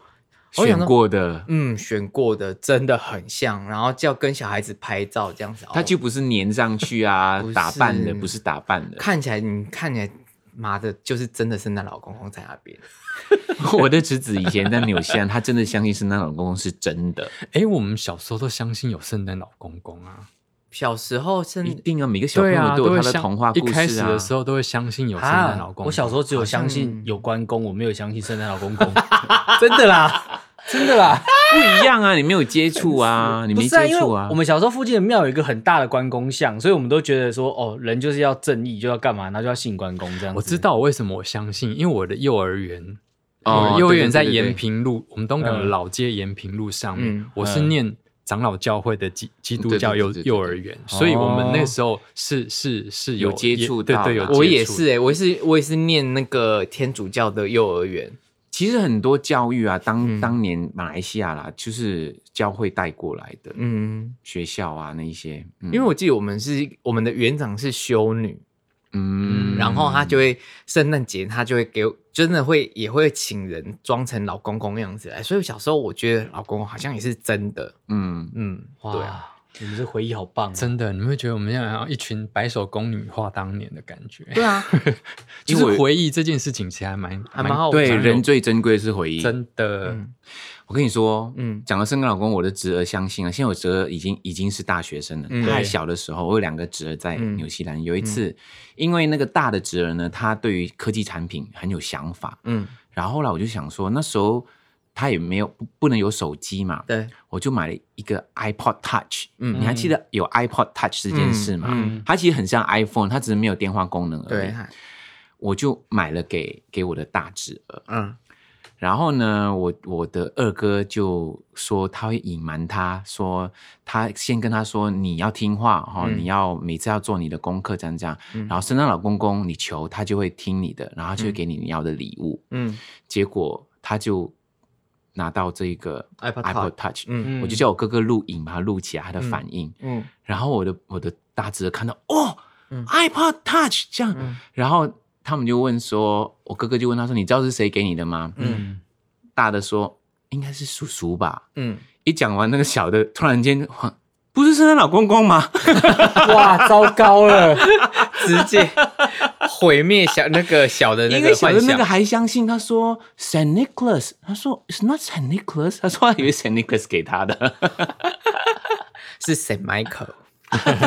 A: 我想
B: 选
A: 说
B: 过的，
A: 嗯，选过的真的很像，然后叫跟小孩子拍照这样子，
B: 它
A: 哦
B: 就不是粘上去啊
A: 不，是
B: 打扮的不是打扮的。
A: 看起来你看起来妈的，就是真的圣诞老公公在那边，
B: 我的侄子以前在纽西兰，他真的相信圣诞老公公是真的，
D: 哎、我们小时候都相信有圣诞老公公啊，
A: 小时候圣
B: 一定啊，每个小朋友
D: 啊，
B: 都有
D: 会
B: 他的
D: 相
B: 童话
D: 一
B: 故
D: 开
B: 事
D: 始
B: 啊
D: 的。时候都会相信有圣
C: 啊
D: 诞老公公。
C: 我小时候只有相信有关公，我没有相信圣诞老 公公，真的 啦，真的啦，
B: 不一样啊，你没有接触啊，你
C: 不
B: 没
C: 是啊，
B: 接
C: 因为
B: 触啊
C: 我。们小时候附近的庙有一个很大的关公像，所以我们都觉得说，哦，人就是要正义，就要干嘛，然后就要信关公这样子。
D: 我知道为什么我相信，因为我的幼儿园，
B: 哦
D: 我的幼儿
B: 对
D: 园
B: 对
D: 在
B: 对对
D: 延平路，我们东港的
C: 嗯
D: 老街延平路上面，
A: 嗯
D: 我是念长老教会的基基
B: 嗯
D: 督
B: 对对
D: 教
B: 对
D: 幼
B: 对对
D: 幼儿园，所以我们那时候是是是
B: 有接
D: 也
B: 触
D: 对
B: 到
D: 对，有
B: 啦
D: 接
A: 我也
D: 触
A: 是哎、我也是我也是念那个天主教的幼儿园，
B: 其实很多教育啊，当
A: 嗯
B: 当年马来西亚啦，就是教会带过来的
A: 嗯，
B: 学校啊那一些，因
A: 因为我记得我们是我们的园长是修女，
B: 嗯
A: 然后她就会圣诞节她就会给我真的会也会请人装成老公公样子来，所以小时候我觉得老公公好像也是真的，
B: 嗯，
A: 嗯，对啊。
C: 哇，你们这回忆好棒、啊，
D: 真的，你会觉得我们现在好像一群白手宫女画当年的感觉。
A: 对啊，
B: 因为
D: 就是
B: 我
D: 回忆这件事情，其实还蛮
A: 还蛮好
B: 对，
A: 玩的
B: 人最珍贵的是回忆。
D: 真的。
A: 嗯
B: 我跟你说，嗯
A: 嗯，
B: 讲到生跟老公，我的侄儿相信啊，现在我侄儿已经已经是大学生了。
A: 嗯
B: 他还小的时候，我有两个侄儿在
A: 嗯
B: 纽西兰。有一次，因为那个大的侄儿呢，他对于科技产品很有想法，
A: 嗯，
B: 然后后来我就想说，那时候他也没有不不能有手机嘛，
A: 对，
B: 我就买了一个 iPod Touch。
A: 嗯
B: 你还记得有 iPod Touch 这件事吗？
A: 嗯
B: 它其实很像 iPhone，它只是没有电话功能而已
A: 对。，啊
B: 我就买了给给我的大侄儿。
A: 嗯
B: 然后呢，我我的二哥就说他会隐瞒他，说他先跟他说你要听话哈、哦
A: 嗯
B: 你要每次要做你的功课这样这样。
A: 嗯
B: 然后圣诞老公公你求他就会听你的，然后他就会给你你要的礼物。
A: 嗯
B: 结果他就拿到这个
A: iPod
B: Touch，
A: 嗯
B: 我就叫我哥哥录影把它录起来他的反应。
A: 嗯
B: 然后我的我的大侄儿看到哦、
A: 嗯
B: i p o d Touch 这样，
A: 嗯
B: 然后他们就问说，我哥哥就问他说，你知道是谁给你的吗？
A: 嗯
B: 大的说应该是叔叔吧。
A: 嗯，
B: 一讲完，那个小的突然间，哇不是圣诞老公公吗？
C: 哇，糟糕了，
A: 直接毁灭小那个小的那
B: 因为
A: 个
B: 小
A: 幻
B: 的那
A: 想
B: 个。还相信，他说 Saint Nicholas，他说 It's not Saint Nicholas，他说他以为 Saint Nicholas 给他的，
A: 是 Saint Michael。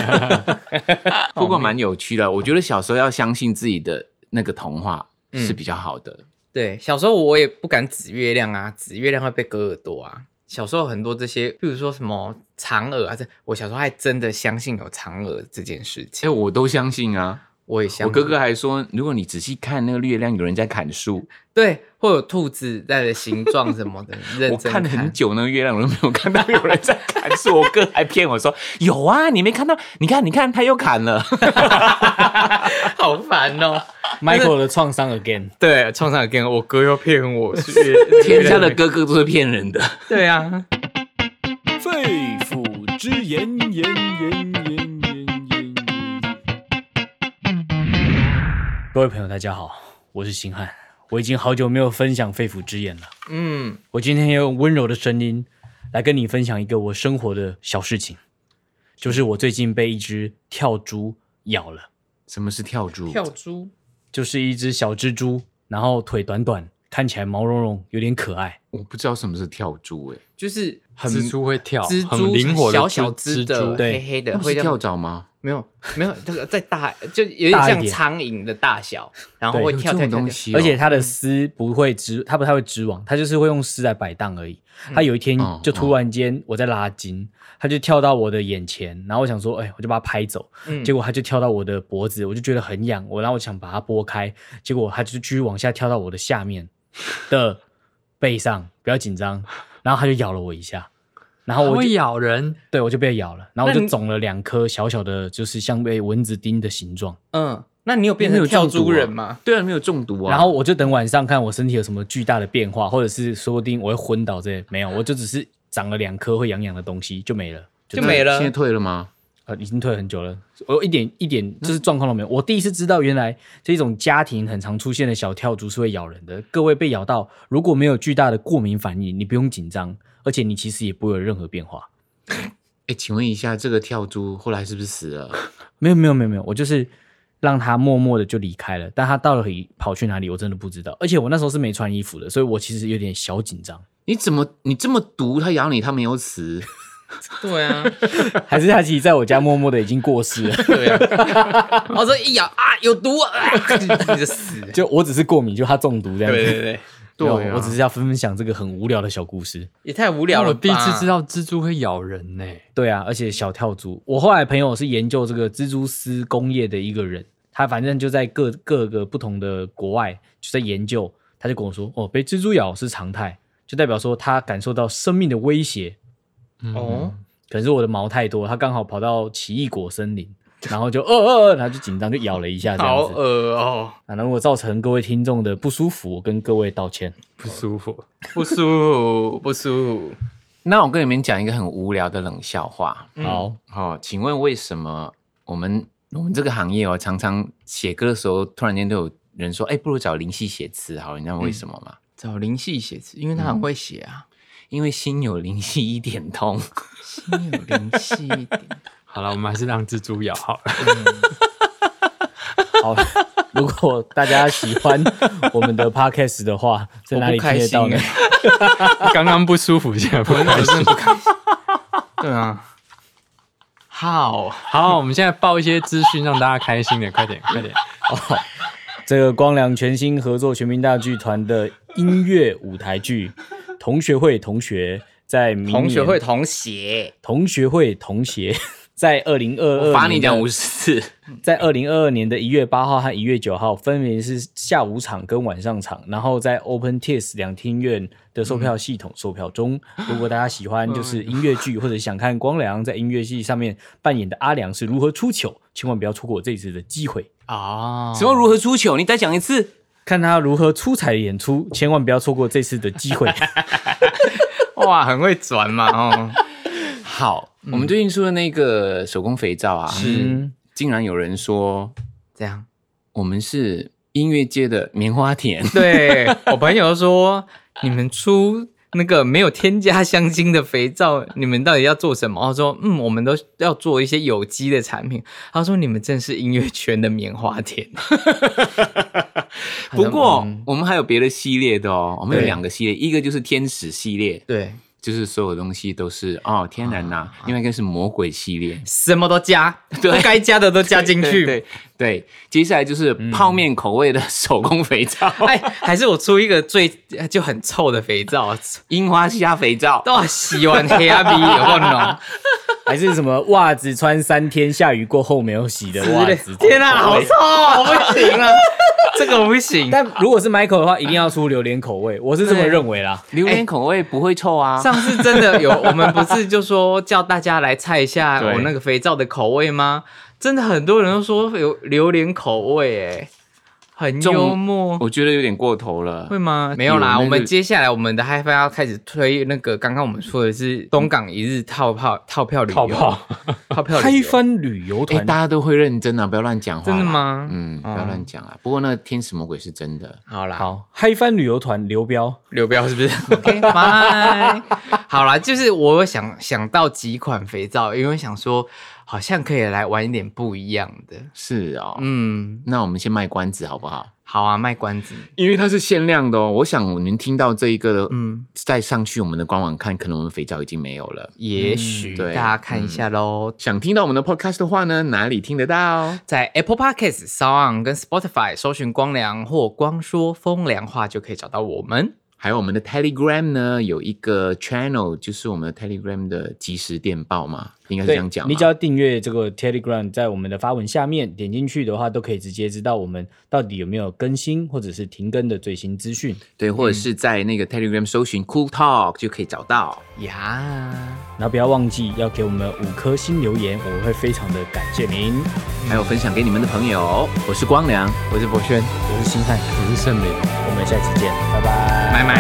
A: 哦
B: 不过蛮有趣的。我觉得小时候要相信自己的那个童话
A: 嗯
B: 是比较好的。
A: 对，小时候我也不敢指月亮啊，指月亮会被割耳朵啊。小时候很多这些，比如说什么嫦娥啊，这我小时候还真的相信有嫦娥这件事
B: 哎、
A: 情。
B: 我都相信啊。
A: 我也相信
B: 我哥哥还说，如果你仔细看那个月亮，有人在砍树。
A: 对，会有兔子在的形状什么的，认
B: 我
A: 真
B: 看了很 久那个月亮，我都没有看到有人在砍树。我哥还骗我说有啊，你没看到？你看，你看，他又砍 了。
A: 好烦哦。
C: Michael 的创伤 again，
A: 对，创伤给我哥又骗我是月
B: 天下的哥哥都是骗人的。
A: 对啊，
E: 肺腑之言，言言言言言言。
C: 各位朋友大家好，我是星汉，我已经好久没有分享肺腑之言了，
A: 嗯，
C: 我今天要用温柔的声音来跟你分享一个我生活的小事情，就是我最近被一只跳蛛咬了。
B: 什么是跳猪？
A: 跳猪，
C: 就是一只小蜘蛛，然后腿短短，看起来毛茸茸，有点可爱。
B: 我不知道什么是跳猪、欸，
A: 就是很
D: 蜘蛛会跳，
A: 蜘
D: 很
A: 蛛
D: 灵活的
A: 小小
D: 蜘
A: 只
D: 蛛
A: 的，
C: 对
A: 黑黑
B: 哎，
A: 的，
B: 不是
A: 会这样
B: 跳蚤吗？
A: 没有没有，这个再大就有点
C: 大一
A: 像
C: 点
A: 苍蝇的大小，然后
C: 对
A: 会
B: 有
A: 跳
B: 这
A: 跳
B: 种
A: 跳
B: 东
A: 跳。
B: 西哦、
C: 而且它的丝不会织，它不太会织网，它就是会用丝来摆荡而已。
A: 嗯
C: 它有一天
B: 哦
C: 就突然间我在拉筋，它就跳到我的眼前，然后我想说，哎，我就把它拍走。
A: 嗯
C: 结果它就跳到我的脖子，我就觉得很痒，我然后我想把它拨开，结果它就继续往下跳到我的下面的背上，不要紧张，然后它就咬了我一下，然后
D: 它
C: 我就
D: 会咬人。
C: 对我就被咬了，然后我
A: 那
C: 就
A: 你
C: 肿了两颗小小的，就是像被蚊子叮的形状。
A: 嗯，那你有变
B: 没
A: 成
B: 有
A: 跳
B: 中毒
A: 猪
B: 啊
A: 人吗？
B: 对啊，没有中毒啊。
C: 然后我就等晚上看我身体有什么巨大的变化，或者是说不定我会昏倒这些，没有，我就只是长了两颗会痒痒的东西就没了，
A: 就没了
B: 现在退了吗？
C: 呃，已经退很久了，我一点一点就是状况都没有。我第一次知道，原来这种家庭很常出现的小跳蛛是会咬人的。各位被咬到，如果没有巨大的过敏反应，你不用紧张，而且你其实也不会有任何变化。
B: 哎，请问一下，这个跳猪后来是不是死了？
C: 没有没有没有没有，我就是让他默默的就离开了，但他到底跑去哪里，我真的不知道。而且我那时候是没穿衣服的，所以我其实有点小紧张。
B: 你怎么你这么毒？它咬你，它没有死。
A: 对啊，
C: 还是他其实在我家默默的已经过世了，
A: 对啊，我说一咬啊，有毒啊， 你就死。
C: 就我只是过敏，就他中毒这样子。
A: 对，
C: 对
B: 对啊
C: 我只是要分享这个很无聊的小故事。
A: 也太无
D: 因
A: 聊
D: 为
A: 了
D: 我
A: 吧。哦
D: 第一次知道蜘蛛会咬人呢、
C: 对啊，而且小跳蛛，我后来朋友是研究这个蜘蛛丝工业的一个人，他反正就在各各个不同的国外就在研究，他就跟我说，哦，被蜘蛛咬是常态，就代表说他感受到生命的威胁。
A: 哦，
C: 可是我的毛太多，他刚好跑到奇异果森林，然后就呃呃呃，他就紧张就咬了一下这
A: 好
C: 样子。
A: 恶哦，
C: 啊，那如果造成各位听众的不舒服，我跟各位道歉。
D: 不舒服。
A: 不舒服，不舒服。
B: 那我跟你们讲一个很无聊的冷笑话。
A: 嗯
C: 好，
B: 哦，请问为什么我们我们这个行业哦，常常写歌的时候，突然间都有人说，哎，不如找林夕写词好了，你知道为什么吗？
A: 找林夕写词，因为他很会写啊。
B: 因为心有灵犀一点 通。
A: 心有嗯灵犀一点，
D: 好了，我们还是让蜘蛛咬好了。
C: 好， 如果大家喜欢我们 的 podcast 的话，在哪里
A: 我不开
C: 听得 到呢
A: 心？欸
D: 刚刚不舒服，现在不开心。
A: 对啊。好，
D: 好，我们现在报一些资讯让大家开心点，快点，快 点。
C: 这个光良全新合作全民大剧团的音乐舞台剧《同学会同学》在明年
A: 同学会同写，
C: 同学会同学 在二零二
B: 我
C: 二
B: 罚你讲五十次。
C: 在二零二二年的一月八号和一月九号，分别是下午场跟晚上场，然后在 OpenTix 两厅院的售票系统售票中。
A: 嗯
C: 如果大家喜欢就是音乐剧，或者想看光良在音乐剧上面扮演的阿良是如何出糗，千万不要错过这一次的机会。
A: 哦，
B: 什么如何出糗？你再讲一次。
C: 看他如何出彩的演出，千万不要错过这次的机 会。
A: 哇，很会转嘛哦，
B: 好，
A: 嗯
B: 我们最近出的那个手工肥皂啊，
C: 嗯，
B: 竟然有人说
A: 这样。
B: 我们是音乐界的棉花田。
A: 对我朋友说，你们出那个没有添加香精的肥皂，你们到底要做什么？我说，嗯，我们都要做一些有机的产品。他说，你们真是音乐圈的棉花田。
B: 不过
A: 嗯
B: 我们还有别的系列的哦，我们有
A: 对
B: 两个系列，一个就是天使系列，
A: 对，
B: 就是所有东西都是哦天然呐、
A: 啊
B: 另外一个是魔鬼系列，
A: 什么都加，不
B: 对
A: 该加的都加进去。
B: 对对对，接下来就是
A: 嗯
B: 泡面口味的手工肥 皂，
A: 哎，还是我出一个最就很臭的肥皂，
B: 樱花虾肥皂。
A: 都要洗完黑阿 B 有够浓。
C: 还是什么袜子穿三天，下雨过后没有洗的袜子。
A: 天啊，好臭，我不行了，这个我不行。
C: 但如果是 Michael 的话，一定要出榴莲口味，我是这么认为啦。
B: 榴莲口味不会臭啊，
A: 哎上次真的有，我们不是就说叫大家来猜一下
B: 对
A: 我那个肥皂的口味吗？真的很多人都说有榴莲口味，哎，很
B: 重
A: 幽默，
B: 我觉得有点过头了
A: 会。吗？没有
B: 有
A: 啦，
B: 那个
A: 我们接下来我们的 HiFi 要开始推那个，刚刚我们说的是东港一日套票套票嗯旅游，套票套票旅
C: 开
A: 游
C: 翻旅游
B: 哎、
C: 团，
B: 大家都会认真啊，不要乱讲话。
A: 真的？吗？哦
B: 嗯，不要乱讲啊。不过那个天使魔鬼是真的。
A: 好啦，
C: 好，嗨翻旅游团刘彪，
A: 流标是不是 ？OK，拜。好啦，就是我有想想到几款肥皂，因为想说好像可以来玩一点不一样的。
B: 是哦，
A: 嗯，
B: 那我们先卖关子好不好？
A: 好啊，卖关子。
B: 因为它是限量的哦。我想你们听到这一个的，
A: 嗯
B: 嗯，再上去我们的官网看，可能我们肥皂已经没有了。
A: 也许、
B: 对
A: 大家看一下喽，
B: 想听到我们的 podcast 的话呢，哪里听得到？
A: 在 Apple Podcasts、Sound 跟 Spotify 搜寻“光良”或“光说风凉话”就可以找到我们。
B: 还有我们的 Telegram 呢，有一个 channel，就是我们的 Telegram 的即时电报嘛，应该是这样讲啊嘛。
C: 你只要订阅这个 Telegram，在我们的发文下面点进去的话，都可以直接知道我们到底有没有更新或者是停更的最新资讯。
B: 对，或者是在那个 Telegram 搜寻 Cool Talk 就可以找到。
A: 呀，
C: 然后不要忘记要给我们五颗星留言，我们会非常的感谢您。
B: 还有分享给你们的朋友。哦我是光良，
A: 我是博轩，
C: 我是星汉，
D: 我是盛明。
C: 我们下期见，拜拜。
A: 买买。